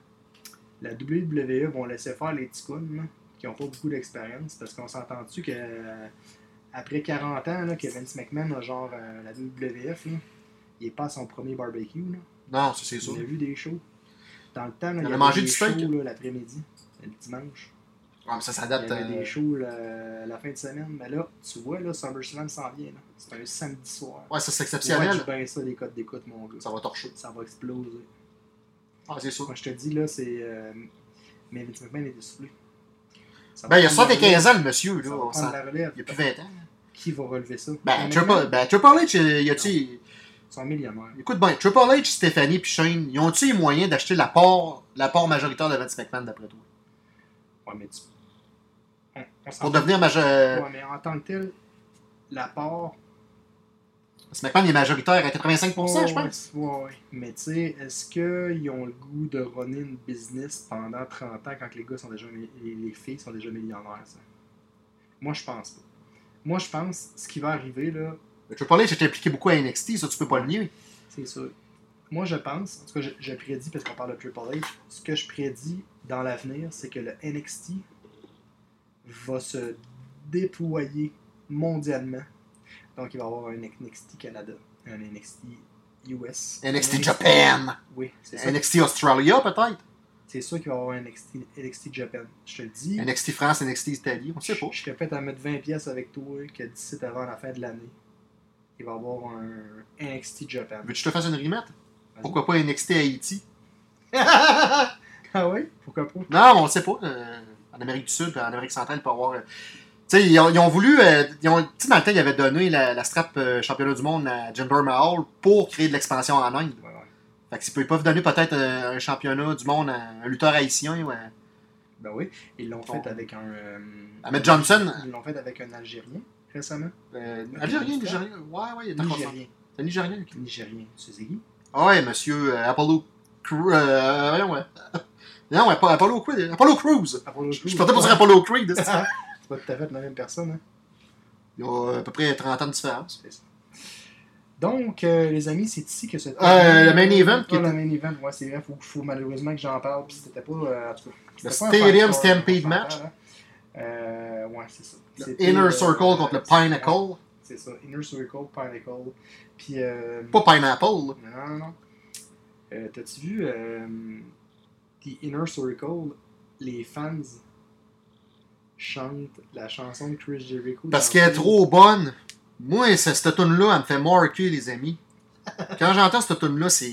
[SPEAKER 5] la WWE vont laisser faire les ticounes là, qui n'ont pas beaucoup d'expérience parce qu'on s'entend-tu que euh, après 40 ans, là, que Vince McMahon a genre euh, la WWF, là, il est pas à son premier barbecue. Là.
[SPEAKER 6] Non, ça, c'est sûr.
[SPEAKER 5] Il a vu des shows. Dans le temps, là, il
[SPEAKER 6] Il a
[SPEAKER 5] y avait
[SPEAKER 6] mangé
[SPEAKER 5] des
[SPEAKER 6] du steak.
[SPEAKER 5] shows là, l'après-midi, le dimanche.
[SPEAKER 6] Ouais, mais ça, ça
[SPEAKER 5] Il
[SPEAKER 6] date.
[SPEAKER 5] y avait
[SPEAKER 6] euh,
[SPEAKER 5] des shows là, la fin de semaine. Mais là, tu vois, là, SummerSlam s'en vient. là. C'est un samedi soir.
[SPEAKER 6] Ouais, ça, c'est
[SPEAKER 5] Ouais,
[SPEAKER 6] exceptionnel.
[SPEAKER 5] je bien ça, les codes d'écoute, mon gars.
[SPEAKER 6] Ça va torcher.
[SPEAKER 5] Ça va exploser.
[SPEAKER 6] Ah, c'est sûr.
[SPEAKER 5] Moi, je te dis, là, c'est. euh, mais Vince McMahon est déçu.
[SPEAKER 6] Ben, il y a 75 ans, le
[SPEAKER 5] Ça
[SPEAKER 6] monsieur, là.
[SPEAKER 5] va
[SPEAKER 6] on
[SPEAKER 5] prendre
[SPEAKER 6] s'en-
[SPEAKER 5] la relève.
[SPEAKER 6] Il y a plus 20 ans.
[SPEAKER 5] Qui va relever ça
[SPEAKER 6] Ben,
[SPEAKER 5] McMahon,
[SPEAKER 6] Triple, ben, Triple H, il y a-tu.
[SPEAKER 5] Ils sont millionnaires.
[SPEAKER 6] Écoute, ben, Triple H, Stéphanie puis Shane, ils ont-tu les moyens d'acheter la part, la part majoritaire de Vince McMahon, d'après toi
[SPEAKER 5] Ouais, mais tu. On, on s'en
[SPEAKER 6] Pour
[SPEAKER 5] fout.
[SPEAKER 6] devenir majoritaire.
[SPEAKER 5] Ah. Ouais, mais en tant que tel, la part.
[SPEAKER 6] Vince McMahon, il est majoritaire à 85%, je
[SPEAKER 5] Ouais,
[SPEAKER 6] pense.
[SPEAKER 5] ouais, ouais, ouais. Mais tu sais, est-ce qu'ils ont le goût de runner une business pendant 30 ans quand les gars sont déjà. mi- et les filles sont déjà millionnaires, ça Moi, je pense pas. Moi, je pense, ce qui va arriver, là,
[SPEAKER 6] Mais Triple H était impliqué beaucoup à NXT, ça, tu peux pas le nier.
[SPEAKER 5] C'est sûr. Moi, je pense, en tout cas, je, je prédis, parce qu'on parle de Triple H, ce que je prédis dans l'avenir, c'est que le NXT va se déployer mondialement. Donc, il va y avoir un NXT Canada, un NXT US.
[SPEAKER 6] NXT Japan,
[SPEAKER 5] Oui, c'est ça.
[SPEAKER 6] NXT Australia, peut-être.
[SPEAKER 5] C'est sûr qu'il va y avoir un NXT, NXT Japan. Je te le dis.
[SPEAKER 6] NXT France, NXT Italie, on sait pas.
[SPEAKER 5] Je serais prêt à mettre 20 pièces avec toi que d'ici avant la fin de l'année, il va y avoir un NXT Japan.
[SPEAKER 6] Veux-tu que je te fasse une remette Pourquoi pas NXT Haïti
[SPEAKER 5] Ah oui? Pourquoi pas?
[SPEAKER 6] Non, mais on le sait pas. euh, en Amérique du Sud, en Amérique centrale, il peut y avoir. euh, tu sais, ils ont, ils ont voulu. euh, ils ont- tu sais, dans le temps, ils avaient donné la, la strap euh, championnat du monde à Jinder Mahal pour créer de l'expansion en Inde.
[SPEAKER 5] Ouais, ouais.
[SPEAKER 6] Fait que s'ils peuvent donner peut-être euh, un championnat du monde à un lutteur haïtien, ouais.
[SPEAKER 5] Ben oui, ils l'ont
[SPEAKER 6] Bon.
[SPEAKER 5] fait avec un. euh,
[SPEAKER 6] Ahmed Johnson.
[SPEAKER 5] Ils l'ont fait avec un Algérien récemment.
[SPEAKER 6] Euh, Algérien, Nigérien. Ouais, ouais, il est encore
[SPEAKER 5] Nigérien.
[SPEAKER 6] C'est un Nigérien. lui.
[SPEAKER 5] Nigérien, tu sais qui
[SPEAKER 6] Ah ouais, monsieur euh, Apollo. Crew. Euh, voyons, ouais. Non, ouais, pas Apollo Creed. Apollo Crews.
[SPEAKER 5] Apollo
[SPEAKER 6] Je
[SPEAKER 5] Crews.
[SPEAKER 6] je partais pour dire Apollo Creed. c'est ça.
[SPEAKER 5] C'est pas tout à fait la même personne. Hein?
[SPEAKER 6] Ils ont euh, à peu près 30 ans de différence.
[SPEAKER 5] Donc, euh, les amis, c'est ici que se.
[SPEAKER 6] Euh, le main event qui
[SPEAKER 5] Ah, le main event, ouais, c'est vrai, faut, faut malheureusement que j'en parle, puis c'était pas. euh, en tout cas, c'était pas
[SPEAKER 6] Le
[SPEAKER 5] un
[SPEAKER 6] Stadium
[SPEAKER 5] fight-star,
[SPEAKER 6] Stampede
[SPEAKER 5] on s'entend,
[SPEAKER 6] match.
[SPEAKER 5] hein. Euh, ouais, c'est ça.
[SPEAKER 6] Le
[SPEAKER 5] C'était,
[SPEAKER 6] Inner
[SPEAKER 5] euh,
[SPEAKER 6] Circle contre le
[SPEAKER 5] euh,
[SPEAKER 6] Pinnacle.
[SPEAKER 5] C'est ça, Inner Circle, Pinnacle. Puis. Euh,
[SPEAKER 6] Pas Pineapple, là.
[SPEAKER 5] Non, non, non. Euh, T'as-tu vu euh, The Inner Circle, les fans chantent la chanson de Chris Jericho?
[SPEAKER 6] Parce
[SPEAKER 5] dans
[SPEAKER 6] qu'elle est
[SPEAKER 5] le-
[SPEAKER 6] trop bonne. Moi, ce- cette tune-là, elle me fait marquer, les amis. Quand j'entends cette tune-là, c'est.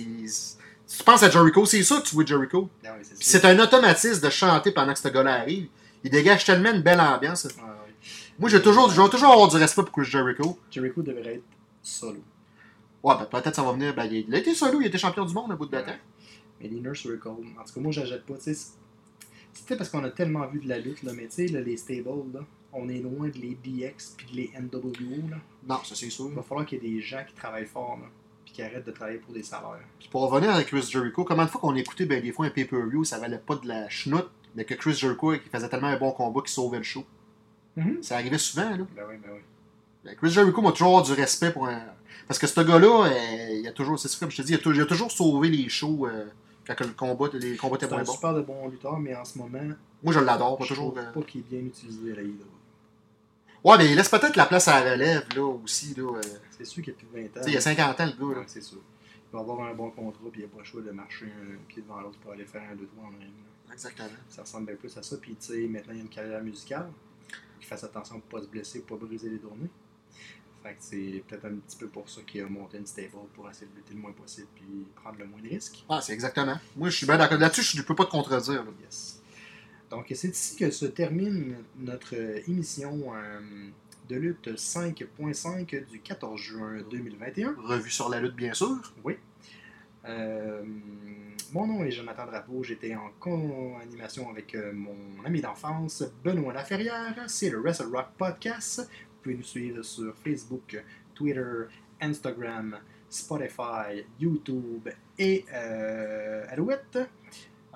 [SPEAKER 6] Si tu penses à Jericho, c'est ça que tu vois Jericho.
[SPEAKER 5] Non, mais Ben c'est
[SPEAKER 6] Puis c'est un automatisme de chanter pendant que ce gars-là arrive. Il dégage tellement une belle ambiance.
[SPEAKER 5] Ouais, ouais.
[SPEAKER 6] Moi, j'ai toujours, je vais toujours avoir du respect pour Chris Jericho.
[SPEAKER 5] Jericho devrait être solo.
[SPEAKER 6] Ouais, ben peut-être ça va venir. Ben, il a été solo, il était champion du monde un bout de bâton.
[SPEAKER 5] Mais l'Inner Circle, en tout cas, moi, j'achète pas. tu sais, c'est- C'était parce qu'on a tellement vu de la lutte, là, mais tu sais, là, les stables, là, on est loin de les DX puis de les NWO. Là.
[SPEAKER 6] Non, ça c'est sûr.
[SPEAKER 5] Il va falloir qu'il y ait des gens qui travaillent fort, là, puis qui arrêtent de travailler pour des salaires.
[SPEAKER 6] Puis pour revenir à Chris Jericho, comment de fois qu'on écoutait ben, des fois un pay-per-view, ça valait pas de la chenoute, mais que Chris Jericho il faisait tellement un bon combat qu'il sauvait le show.
[SPEAKER 5] Mhm.
[SPEAKER 6] Ça arrivait souvent, là.
[SPEAKER 5] Ben oui, ben oui.
[SPEAKER 6] Ben, Chris Jericho m'a toujours du respect pour un. Parce que ce gars-là, euh, il a toujours, c'est ça, comme je te dis, il a, tou- il a toujours sauvé les shows euh, quand que le combat, les combats étaient
[SPEAKER 5] C'est
[SPEAKER 6] moins
[SPEAKER 5] un
[SPEAKER 6] bons.
[SPEAKER 5] super de bon lutteur, mais en ce moment,
[SPEAKER 6] Moi, je l'adore, pas
[SPEAKER 5] je
[SPEAKER 6] toujours.
[SPEAKER 5] trouve
[SPEAKER 6] euh,
[SPEAKER 5] pas qu'il est bien utilisé à la Hydra.
[SPEAKER 6] Ouais, mais il laisse peut-être la place à la relève, là, aussi, là. euh, tu
[SPEAKER 5] C'est sûr qu'il y a plus de 20 ans.
[SPEAKER 6] sais, il y a 50 ans, le gars, là.
[SPEAKER 5] Ouais, c'est sûr. Il va avoir un bon contrat, puis il n'y a pas le choix de marcher un pied devant l'autre pour aller faire un deux trois en ring. là.
[SPEAKER 6] Exactement.
[SPEAKER 5] Ça ressemble bien plus à ça. Puis, tu sais, maintenant, il y a une carrière musicale. Qu'il fasse attention pour pas se blesser, pour pas briser les tournées. Fait que c'est peut-être un petit peu pour ça qu'il a monté une stable pour essayer de lutter le moins possible, puis prendre le moins de risques.
[SPEAKER 6] Ah, c'est exactement. Moi, je suis bien d'accord. Là-dessus, je ne peux pas te contredire. là.
[SPEAKER 5] Yes. Donc, c'est ici que se termine notre euh, émission euh, de lutte 5.5 du 14 juin 2021.
[SPEAKER 6] Revue sur la lutte, bien sûr.
[SPEAKER 5] Oui. Euh, mon nom est Jonathan Drapeau. J'étais en co-animation avec euh, mon ami d'enfance, Benoît Laferrière. C'est le Wrestle Rock Podcast. Vous pouvez nous suivre sur Facebook, Twitter, Instagram, Spotify, YouTube et euh, Alouette.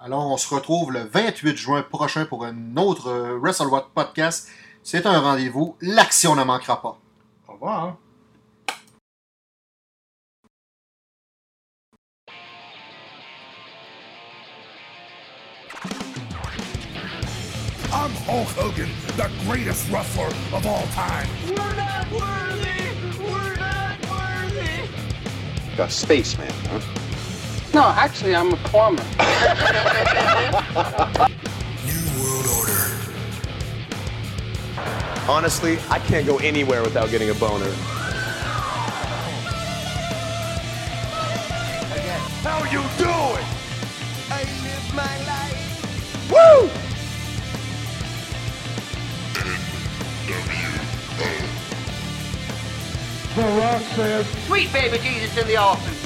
[SPEAKER 6] Alors, on se retrouve le 28 juin prochain pour un autre euh, Wrestle Rock podcast. C'est un rendez-vous. L'action ne manquera pas.
[SPEAKER 5] Au revoir.
[SPEAKER 1] I'm Hulk Hogan, the greatest wrestler of all time.
[SPEAKER 2] We're not worthy! We're not worthy!
[SPEAKER 3] Like a spaceman, huh?
[SPEAKER 7] No, actually, I'm a plumber.
[SPEAKER 1] New World Order.
[SPEAKER 3] Honestly, I can't go anywhere without getting a boner.
[SPEAKER 1] How you doing?
[SPEAKER 2] Sweet baby Jesus in the office!